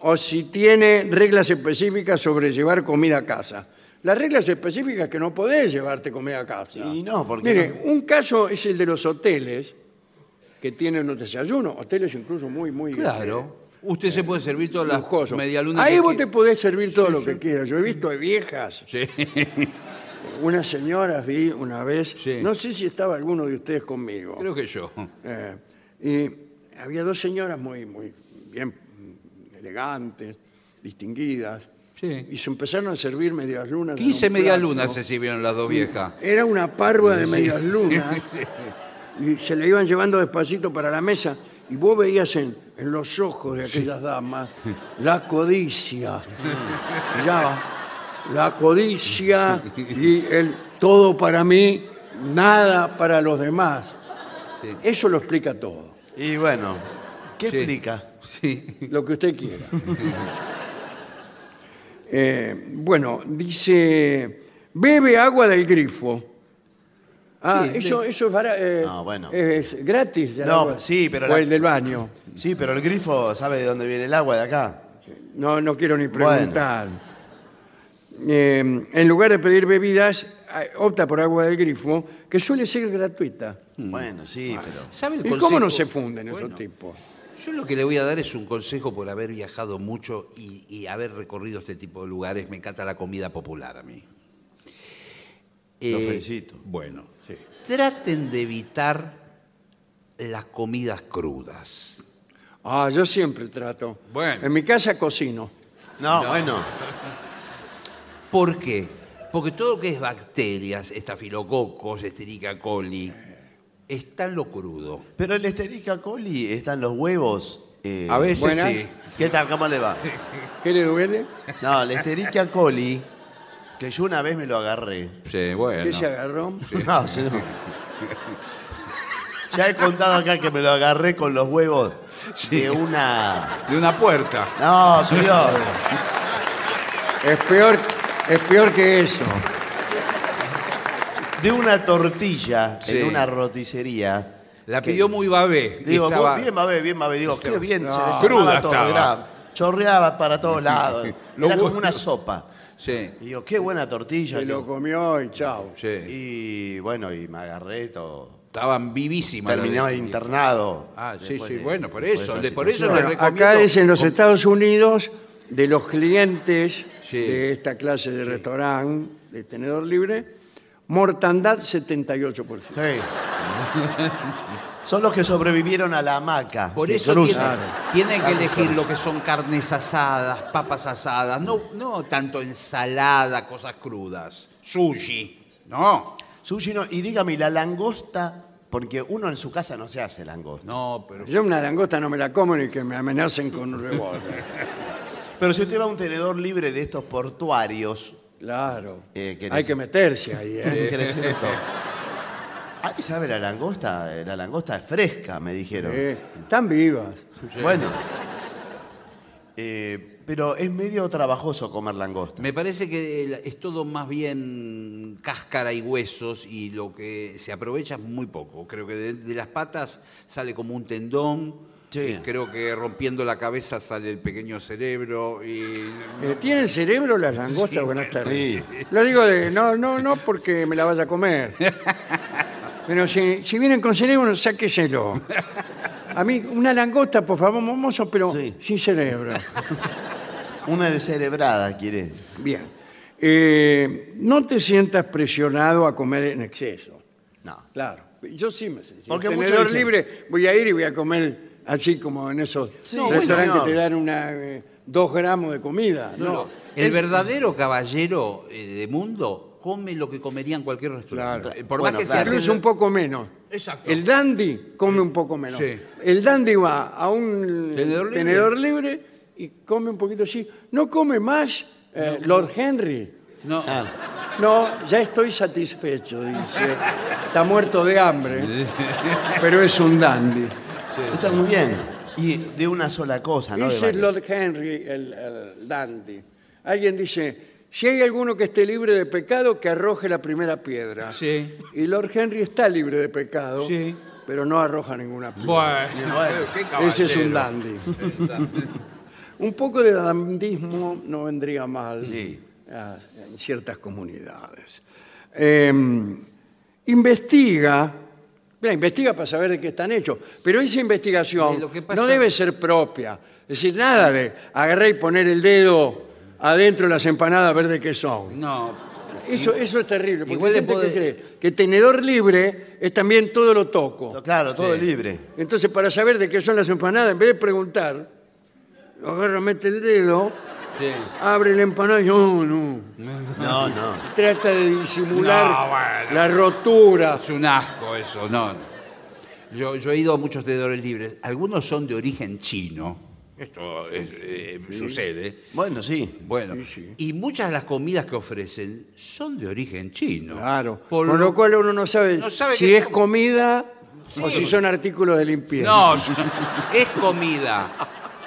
[SPEAKER 1] o si tiene reglas específicas sobre llevar comida a casa. Las reglas específicas que no podés llevarte comida a casa.
[SPEAKER 2] Y no, porque
[SPEAKER 1] Mire, un caso es el de los hoteles que tienen un desayuno, hoteles incluso muy, muy
[SPEAKER 5] claro. Usted se puede servir todas
[SPEAKER 1] eh,
[SPEAKER 5] las
[SPEAKER 1] lujosos.
[SPEAKER 5] medialunas
[SPEAKER 1] Ahí
[SPEAKER 5] que
[SPEAKER 1] vos te
[SPEAKER 5] quiera.
[SPEAKER 1] podés servir todo lo que quieras. Yo he visto de viejas,
[SPEAKER 5] Sí,
[SPEAKER 1] unas señoras vi una vez,
[SPEAKER 5] Sí.
[SPEAKER 1] no sé si estaba alguno de ustedes conmigo.
[SPEAKER 5] creo que yo.
[SPEAKER 1] Eh, y había dos señoras muy, muy bien mm, elegantes, distinguidas,
[SPEAKER 5] Sí.
[SPEAKER 1] y se empezaron a servir medias lunas. en
[SPEAKER 5] 15
[SPEAKER 1] un
[SPEAKER 5] medialunas
[SPEAKER 1] plato.
[SPEAKER 5] se sirvieron las dos viejas.
[SPEAKER 1] Era una parva de medias lunas, y se le iban llevando despacito para la mesa, y vos veías en, en los ojos de aquellas damas la codicia. Miraba, la codicia y el todo para mí, nada para los demás.
[SPEAKER 5] Sí.
[SPEAKER 1] Eso lo explica todo.
[SPEAKER 2] Y bueno, ¿qué
[SPEAKER 5] Sí.
[SPEAKER 2] explica?
[SPEAKER 5] Sí.
[SPEAKER 1] lo que usted quiera. Eh, bueno, dice, bebe agua del grifo. Ah, eso, eso es, bara- eh,
[SPEAKER 2] Ah, bueno.
[SPEAKER 1] es gratis. el
[SPEAKER 2] No,
[SPEAKER 1] agua.
[SPEAKER 2] sí, pero
[SPEAKER 1] O
[SPEAKER 2] la-
[SPEAKER 1] el del baño.
[SPEAKER 2] Sí, pero el grifo sabe de dónde viene el agua de acá.
[SPEAKER 1] No, no quiero ni preguntar. Eh, en lugar de pedir bebidas, eh, opta por agua del grifo, que suele ser gratuita.
[SPEAKER 5] Mm.
[SPEAKER 2] Bueno, sí, pero.
[SPEAKER 5] ¿Sabe el
[SPEAKER 1] ¿Y cómo no se
[SPEAKER 5] consejo?
[SPEAKER 1] funden
[SPEAKER 5] Bueno,
[SPEAKER 1] esos tipos?
[SPEAKER 5] Yo lo que le voy a dar es un consejo por haber viajado mucho y, y haber recorrido este tipo de lugares. Me encanta la comida popular a mí. Eh,
[SPEAKER 2] Lo felicito.
[SPEAKER 5] Bueno, traten de evitar las comidas crudas.
[SPEAKER 1] Ah, yo siempre trato.
[SPEAKER 5] Bueno.
[SPEAKER 1] En mi casa cocino.
[SPEAKER 2] No, bueno.
[SPEAKER 5] ¿Por qué? Porque todo lo que es bacterias, estafilococos, esterica coli, está en lo crudo.
[SPEAKER 2] Pero el esterica coli están los huevos. eh,
[SPEAKER 5] A veces
[SPEAKER 1] buenas.
[SPEAKER 5] sí.
[SPEAKER 2] ¿Qué tal? ¿Cómo le va?
[SPEAKER 1] ¿Qué le duele?
[SPEAKER 2] No, el esterica coli, que yo una vez me lo agarré.
[SPEAKER 5] Sí, bueno.
[SPEAKER 1] ¿Qué se agarró?
[SPEAKER 2] No, yo no. Ya he contado acá que me lo agarré con los huevos de una.
[SPEAKER 5] De una puerta.
[SPEAKER 2] No, señor.
[SPEAKER 1] Es peor, es peor que eso.
[SPEAKER 2] De una tortilla
[SPEAKER 5] Sí.
[SPEAKER 2] en una roticería.
[SPEAKER 5] La pidió muy babé. y
[SPEAKER 2] Digo,
[SPEAKER 5] estaba-
[SPEAKER 2] bien, babé, bien, babé. Digo, qué bien, se
[SPEAKER 5] No.
[SPEAKER 2] desarmaba
[SPEAKER 5] Cruda
[SPEAKER 2] todo,
[SPEAKER 5] estaba.
[SPEAKER 2] era- chorreaba para todos lados.
[SPEAKER 5] Lo
[SPEAKER 2] Era como
[SPEAKER 5] bueno.
[SPEAKER 2] una sopa.
[SPEAKER 5] Sí,
[SPEAKER 2] Y digo, qué buena tortilla.
[SPEAKER 1] Se lo comió y chao.
[SPEAKER 5] sí.
[SPEAKER 2] Y bueno, y me agarré todo.
[SPEAKER 5] Estaban vivísimas. las
[SPEAKER 2] Terminaba
[SPEAKER 5] detenidas.
[SPEAKER 2] internado.
[SPEAKER 5] Ah, sí,
[SPEAKER 2] Después
[SPEAKER 5] sí,
[SPEAKER 2] de-
[SPEAKER 5] bueno, por
[SPEAKER 2] después
[SPEAKER 5] eso.
[SPEAKER 2] de esa
[SPEAKER 5] de- por eso
[SPEAKER 2] situación.
[SPEAKER 5] les
[SPEAKER 1] Bueno,
[SPEAKER 5] recomiendo.
[SPEAKER 1] acá es en los Estados Unidos de los clientes
[SPEAKER 5] Sí.
[SPEAKER 1] de esta clase de restaurante de tenedor libre, mortandad 78%.
[SPEAKER 2] Sí. Son los que sobrevivieron a la hamaca.
[SPEAKER 5] Por
[SPEAKER 2] que
[SPEAKER 5] eso tienen,
[SPEAKER 2] cruzan.
[SPEAKER 5] tienen que elegir lo que son carnes asadas, papas asadas, no, no tanto ensalada, cosas crudas, sushi, no.
[SPEAKER 2] Sushi no, y dígame, ¿y la langosta, porque uno en su casa no se hace langosta.
[SPEAKER 5] No, pero
[SPEAKER 1] Yo una langosta no me la como ni que me amenacen con un revólver.
[SPEAKER 2] Pero si usted va a un tenedor libre de estos portuarios,
[SPEAKER 1] Claro.
[SPEAKER 2] Eh, ¿qué
[SPEAKER 1] Hay
[SPEAKER 2] dice?
[SPEAKER 1] que meterse ahí. ¿eh?
[SPEAKER 2] interesante. Ah, ¿y sabe la langosta? Eh, La langosta es fresca, me dijeron.
[SPEAKER 1] Eh, están vivas.
[SPEAKER 2] Bueno. Eh, pero es medio trabajoso comer langosta.
[SPEAKER 5] me parece que el- es todo más bien cáscara y huesos y lo que se aprovecha es muy poco. Creo que de, de las patas sale como un tendón, eh,
[SPEAKER 2] Sí.
[SPEAKER 5] Creo que rompiendo la cabeza sale el pequeño cerebro y...
[SPEAKER 1] Eh, ¿Tienen cerebro las langostas? Buenas tardes.
[SPEAKER 2] sí.
[SPEAKER 1] Lo digo de, no, no, no porque me la vaya a comer. Pero si, si vienen con cerebro, sáqueselo. A mí, una langosta, por favor, mozo, pero
[SPEAKER 2] Sí.
[SPEAKER 1] sin cerebro.
[SPEAKER 2] Una descerebrada, quiere.
[SPEAKER 1] Bien. Eh, no te sientas presionado a comer en exceso.
[SPEAKER 2] No.
[SPEAKER 1] Claro. Yo sí me siento.
[SPEAKER 2] Porque
[SPEAKER 1] en
[SPEAKER 2] muchos
[SPEAKER 1] tenedor
[SPEAKER 2] dicen-
[SPEAKER 1] libre voy a ir y voy a comer así como en esos
[SPEAKER 2] Sí, no,
[SPEAKER 1] restaurantes
[SPEAKER 2] bueno,
[SPEAKER 1] que te
[SPEAKER 2] señor.
[SPEAKER 1] dan una, eh, dos gramos de comida. No,
[SPEAKER 5] El verdadero caballero eh, de mundo come lo que comería en cualquier restaurante.
[SPEAKER 1] Claro.
[SPEAKER 5] Eh, Por
[SPEAKER 2] Bueno,
[SPEAKER 5] más que
[SPEAKER 2] claro.
[SPEAKER 5] sea...
[SPEAKER 1] Incluso un poco menos.
[SPEAKER 5] Exacto.
[SPEAKER 1] El dandy come un poco menos.
[SPEAKER 5] Sí.
[SPEAKER 1] El dandy va a un
[SPEAKER 5] Tenedor libre.
[SPEAKER 1] tenedor libre y come un poquito así. No come más eh, Lord Henry.
[SPEAKER 5] No,
[SPEAKER 2] Ah,
[SPEAKER 1] No, ya estoy satisfecho, dice. Está muerto de hambre, pero es un dandy.
[SPEAKER 2] está muy bien. Y de una sola cosa, ¿no? De
[SPEAKER 1] Dice
[SPEAKER 2] varias.
[SPEAKER 1] Lord Henry, el, el dandy. Alguien dice, si hay alguno que esté libre de pecado, que arroje la primera piedra.
[SPEAKER 5] Sí.
[SPEAKER 1] Y Lord Henry está libre de pecado,
[SPEAKER 5] Sí.
[SPEAKER 1] pero no arroja ninguna piedra.
[SPEAKER 5] Bueno, qué caballero.
[SPEAKER 1] Ese es un dandy. un poco de dandismo no vendría mal a- en ciertas comunidades. Eh, investiga, mira, investiga para saber de qué están hechos, pero esa investigación
[SPEAKER 5] Eh, lo que pasa-
[SPEAKER 1] no debe ser propia. Es decir, nada de agarrar y poner el dedo adentro de las empanadas a ver de qué son.
[SPEAKER 5] No,
[SPEAKER 1] Eso, eso es terrible, porque
[SPEAKER 5] Igual
[SPEAKER 1] hay
[SPEAKER 5] le
[SPEAKER 1] gente que
[SPEAKER 5] puede-
[SPEAKER 1] cree que tenedor libre es también todo lo toco.
[SPEAKER 2] Claro, todo libre.
[SPEAKER 1] Entonces, para saber de qué son las empanadas, en vez de preguntar, agarra, mete el dedo,
[SPEAKER 5] sí.
[SPEAKER 1] abre la empanada y "Oh, no.
[SPEAKER 2] No, no.
[SPEAKER 1] Trata de disimular
[SPEAKER 5] No, bueno.
[SPEAKER 1] la rotura.
[SPEAKER 5] Es un asco eso, no. Yo, yo he ido a muchos tenedores libres. Algunos son de origen chino. Esto es, eh, sucede.
[SPEAKER 2] Bueno, sí.
[SPEAKER 5] Bueno, y muchas de las comidas que ofrecen son de origen chino.
[SPEAKER 1] Claro.
[SPEAKER 5] Por
[SPEAKER 1] Con lo cual uno no sabe,
[SPEAKER 5] no sabe
[SPEAKER 1] si
[SPEAKER 5] qué
[SPEAKER 1] es
[SPEAKER 5] son.
[SPEAKER 1] comida o
[SPEAKER 5] Sí.
[SPEAKER 1] si son artículos de limpieza.
[SPEAKER 5] No, es comida,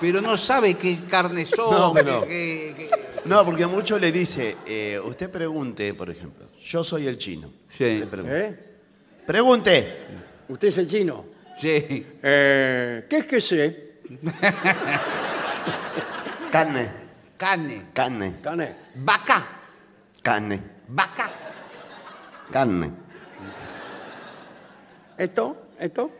[SPEAKER 5] pero no sabe qué carne son.
[SPEAKER 2] No, pero-
[SPEAKER 5] qué- qué-
[SPEAKER 2] No, porque mucho le dice, eh, usted pregunte, por ejemplo, yo soy el chino.
[SPEAKER 5] Sí.
[SPEAKER 2] Usted pregunta.
[SPEAKER 1] ¿Eh?
[SPEAKER 2] Pregunte.
[SPEAKER 1] ¿Usted es el chino?
[SPEAKER 5] Sí.
[SPEAKER 1] Eh, ¿Qué es que sé?
[SPEAKER 2] Carne,
[SPEAKER 5] Carne,
[SPEAKER 2] carne,
[SPEAKER 1] Cané.
[SPEAKER 5] vaca,
[SPEAKER 2] carne,
[SPEAKER 5] vaca.
[SPEAKER 2] carne.
[SPEAKER 1] ¿Esto? ¿Esto?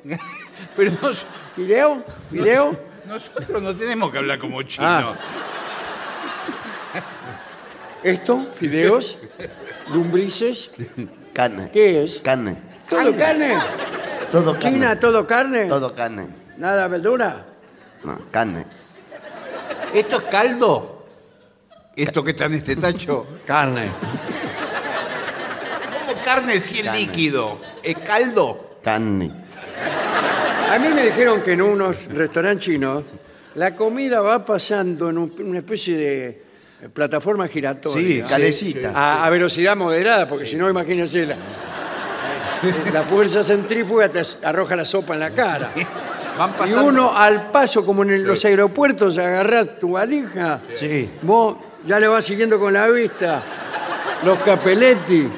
[SPEAKER 5] Pero nos-
[SPEAKER 1] ¿Video? ¿Video?
[SPEAKER 5] nosotros no tenemos que hablar como chino.
[SPEAKER 1] Ah. ¿Esto? ¿Fideos? ¿Lumbrices?
[SPEAKER 2] Carne.
[SPEAKER 1] ¿Qué es?
[SPEAKER 2] Carne.
[SPEAKER 1] ¿Todo carne?
[SPEAKER 2] Todo carne.
[SPEAKER 1] ¿China, todo carne?
[SPEAKER 2] Todo carne.
[SPEAKER 1] ¿Nada verdura?
[SPEAKER 2] No, carne.
[SPEAKER 5] ¿Esto es caldo? ¿Esto que está en este tacho?
[SPEAKER 1] Carne.
[SPEAKER 5] ¿Cómo carne si es
[SPEAKER 2] Carne.
[SPEAKER 5] líquido? ¿Es caldo?
[SPEAKER 2] Carne.
[SPEAKER 1] A mí me dijeron que en unos restaurantes chinos la comida va pasando en un- una especie de eh, plataforma
[SPEAKER 2] Sí,
[SPEAKER 1] giratoria.
[SPEAKER 2] calecita.
[SPEAKER 1] a, a velocidad moderada, porque si no, imagínense, la, la fuerza centrífuga te as- arroja la sopa en la cara.
[SPEAKER 5] Van
[SPEAKER 1] Y
[SPEAKER 5] pasando.
[SPEAKER 1] uno al paso, como en el- los aeropuertos, agarrás tu valija,
[SPEAKER 2] Sí.
[SPEAKER 1] vos ya le vas siguiendo con la vista los capeletti.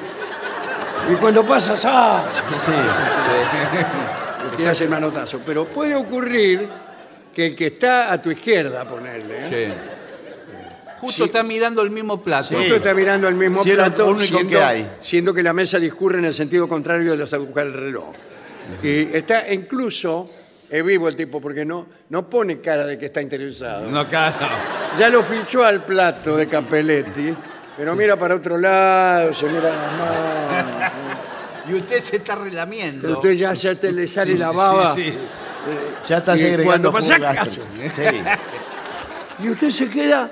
[SPEAKER 1] Y cuando pasas, ¡ah!
[SPEAKER 2] Sí.
[SPEAKER 1] te das el manotazo. Pero puede ocurrir que el que está a tu izquierda, ponerle, ¿eh?
[SPEAKER 5] Sí. Justo está mirando el mismo plato.
[SPEAKER 1] Justo está mirando el mismo
[SPEAKER 2] Si es lo
[SPEAKER 1] plato,
[SPEAKER 2] único
[SPEAKER 1] siendo,
[SPEAKER 2] que hay.
[SPEAKER 1] siendo que la mesa discurre en el sentido contrario de las agujas del reloj. Y está incluso, es vivo el tipo, porque no, no pone cara de que está interesado.
[SPEAKER 5] No, claro.
[SPEAKER 1] Ya lo fichó al plato de Capelletti, pero mira para otro lado, se mira las manos.
[SPEAKER 5] Y usted se está
[SPEAKER 1] Pero
[SPEAKER 5] relamiendo.
[SPEAKER 1] usted ya, ya te le sale
[SPEAKER 5] Sí,
[SPEAKER 1] la
[SPEAKER 5] sí,
[SPEAKER 1] baba.
[SPEAKER 5] sí, sí.
[SPEAKER 2] Ya está
[SPEAKER 1] Y
[SPEAKER 2] segregando
[SPEAKER 1] cuando pasa-
[SPEAKER 2] jugo gástrico. Sí.
[SPEAKER 1] Y usted se queda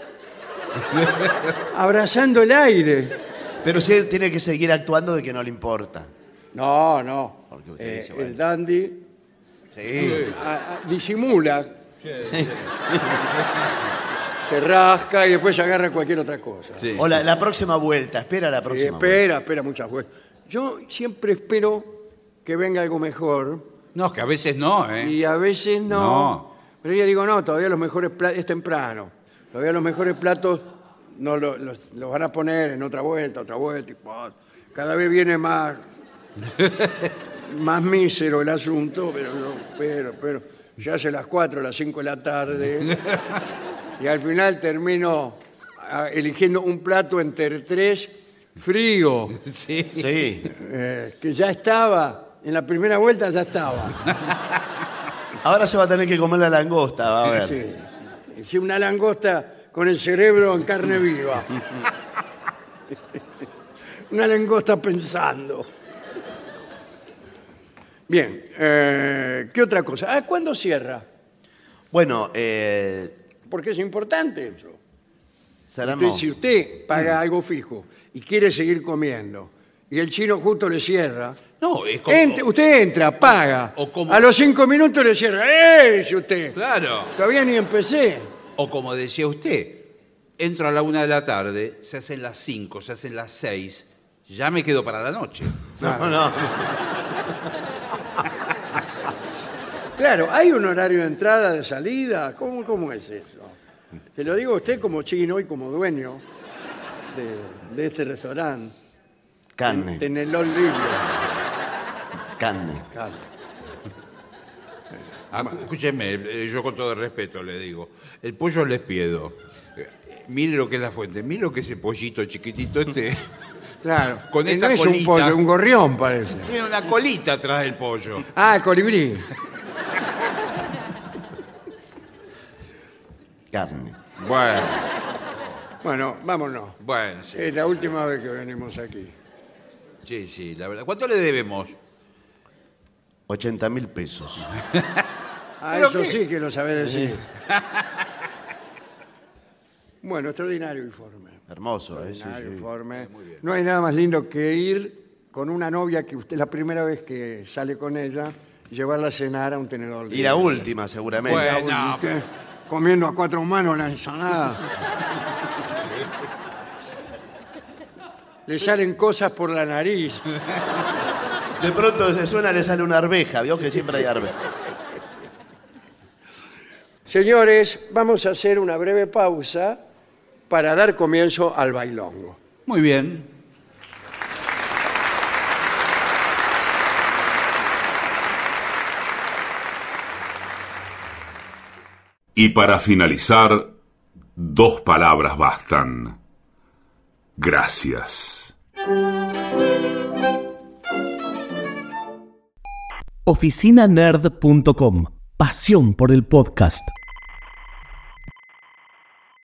[SPEAKER 1] abrazando el aire.
[SPEAKER 2] Pero sí tiene que seguir actuando de que no le importa.
[SPEAKER 1] No, no.
[SPEAKER 2] Porque usted
[SPEAKER 1] Eh,
[SPEAKER 2] dice, bueno.
[SPEAKER 1] El dandy
[SPEAKER 2] Sí.
[SPEAKER 1] ah, ah, disimula. Se rasca y después se agarra cualquier otra cosa.
[SPEAKER 5] Sí.
[SPEAKER 2] O la, la próxima vuelta, espera la
[SPEAKER 1] Y
[SPEAKER 2] próxima vuelta.
[SPEAKER 1] espera, espera muchas veces. Yo siempre espero que venga algo mejor
[SPEAKER 5] No, que a veces no, ¿eh?
[SPEAKER 1] y a veces no.
[SPEAKER 5] No.
[SPEAKER 1] Pero yo digo, no, todavía los mejores platos, es temprano, todavía los mejores platos no lo- los, los van a poner en otra vuelta, otra vuelta. Y, pa, cada vez viene más, más mísero el asunto, pero no, pero, pero. se hace las 4, las 5 de la tarde. y al final termino ah, eligiendo un plato entre tres frío,
[SPEAKER 5] Sí.
[SPEAKER 2] Sí.
[SPEAKER 1] eh, que ya estaba, en la primera vuelta ya estaba.
[SPEAKER 2] Ahora se va a tener que comer la langosta, va a ver.
[SPEAKER 1] Sí. Hice una langosta con el cerebro en carne viva. una langosta pensando. Bien, eh, ¿qué otra cosa? Ah, ¿cuándo cierra?
[SPEAKER 2] Bueno, eh,
[SPEAKER 1] Porque es importante eso.
[SPEAKER 2] Saramo,
[SPEAKER 1] Entonces, si usted
[SPEAKER 5] Mm.
[SPEAKER 1] paga algo fijo y quiere seguir comiendo y el chino justo le cierra,
[SPEAKER 5] No, es como.
[SPEAKER 1] ent- usted entra, paga.
[SPEAKER 5] o como-
[SPEAKER 1] a los cinco minutos le cierra. ¡Eh! Dice usted.
[SPEAKER 5] Claro.
[SPEAKER 1] Todavía ni empecé.
[SPEAKER 5] O como decía usted, entro a la una de la tarde, se hacen las cinco, se hacen las seis, ya me quedo para la noche.
[SPEAKER 2] No, no.
[SPEAKER 1] Claro, hay un horario de entrada, de salida. ¿Cómo, cómo es eso? Se lo digo a usted como chino y como dueño de, de este restaurante.
[SPEAKER 2] Carne,
[SPEAKER 1] En el Old Libre.
[SPEAKER 2] carne.
[SPEAKER 1] Claro.
[SPEAKER 5] Ah, Escúcheme, eh, yo con todo respeto le digo, el pollo les pido. Eh, Mire lo que es la fuente, mire lo que es ese pollito chiquitito este.
[SPEAKER 1] Claro.
[SPEAKER 5] Con
[SPEAKER 1] Y
[SPEAKER 5] esta
[SPEAKER 1] no es un
[SPEAKER 5] colita.
[SPEAKER 1] pollo, un gorrión parece.
[SPEAKER 5] Tiene una colita atrás del pollo.
[SPEAKER 1] Ah, colibrí.
[SPEAKER 2] Carne.
[SPEAKER 5] Bueno,
[SPEAKER 1] Bueno, vámonos.
[SPEAKER 5] bueno, sí.
[SPEAKER 1] Es la última vez que venimos aquí.
[SPEAKER 5] Sí, sí, la verdad. ¿Cuánto le debemos?
[SPEAKER 2] 80 mil pesos.
[SPEAKER 1] Ah,
[SPEAKER 5] ¿Pero
[SPEAKER 1] eso
[SPEAKER 5] qué?
[SPEAKER 1] sí que lo sabés decir. bueno, extraordinario informe.
[SPEAKER 2] Hermoso, ¿eh? Sí,
[SPEAKER 1] Extraordinario
[SPEAKER 2] sí.
[SPEAKER 1] informe. No hay nada más lindo que ir con una novia que usted la primera vez que sale con ella, llevarla a cenar a un tenedor.
[SPEAKER 2] Y la última, seguramente.
[SPEAKER 5] Bueno.
[SPEAKER 1] Usted
[SPEAKER 5] No,
[SPEAKER 1] Comiendo a cuatro manos la ensalada. Le salen cosas por la nariz.
[SPEAKER 2] De pronto se suena, le sale una arveja. Vio que siempre hay arveja.
[SPEAKER 1] Señores, vamos a hacer una breve pausa para dar comienzo al bailongo.
[SPEAKER 5] Muy bien.
[SPEAKER 6] Y para finalizar, dos palabras bastan. Gracias.
[SPEAKER 7] oficinanerd.com. Pasión por el podcast.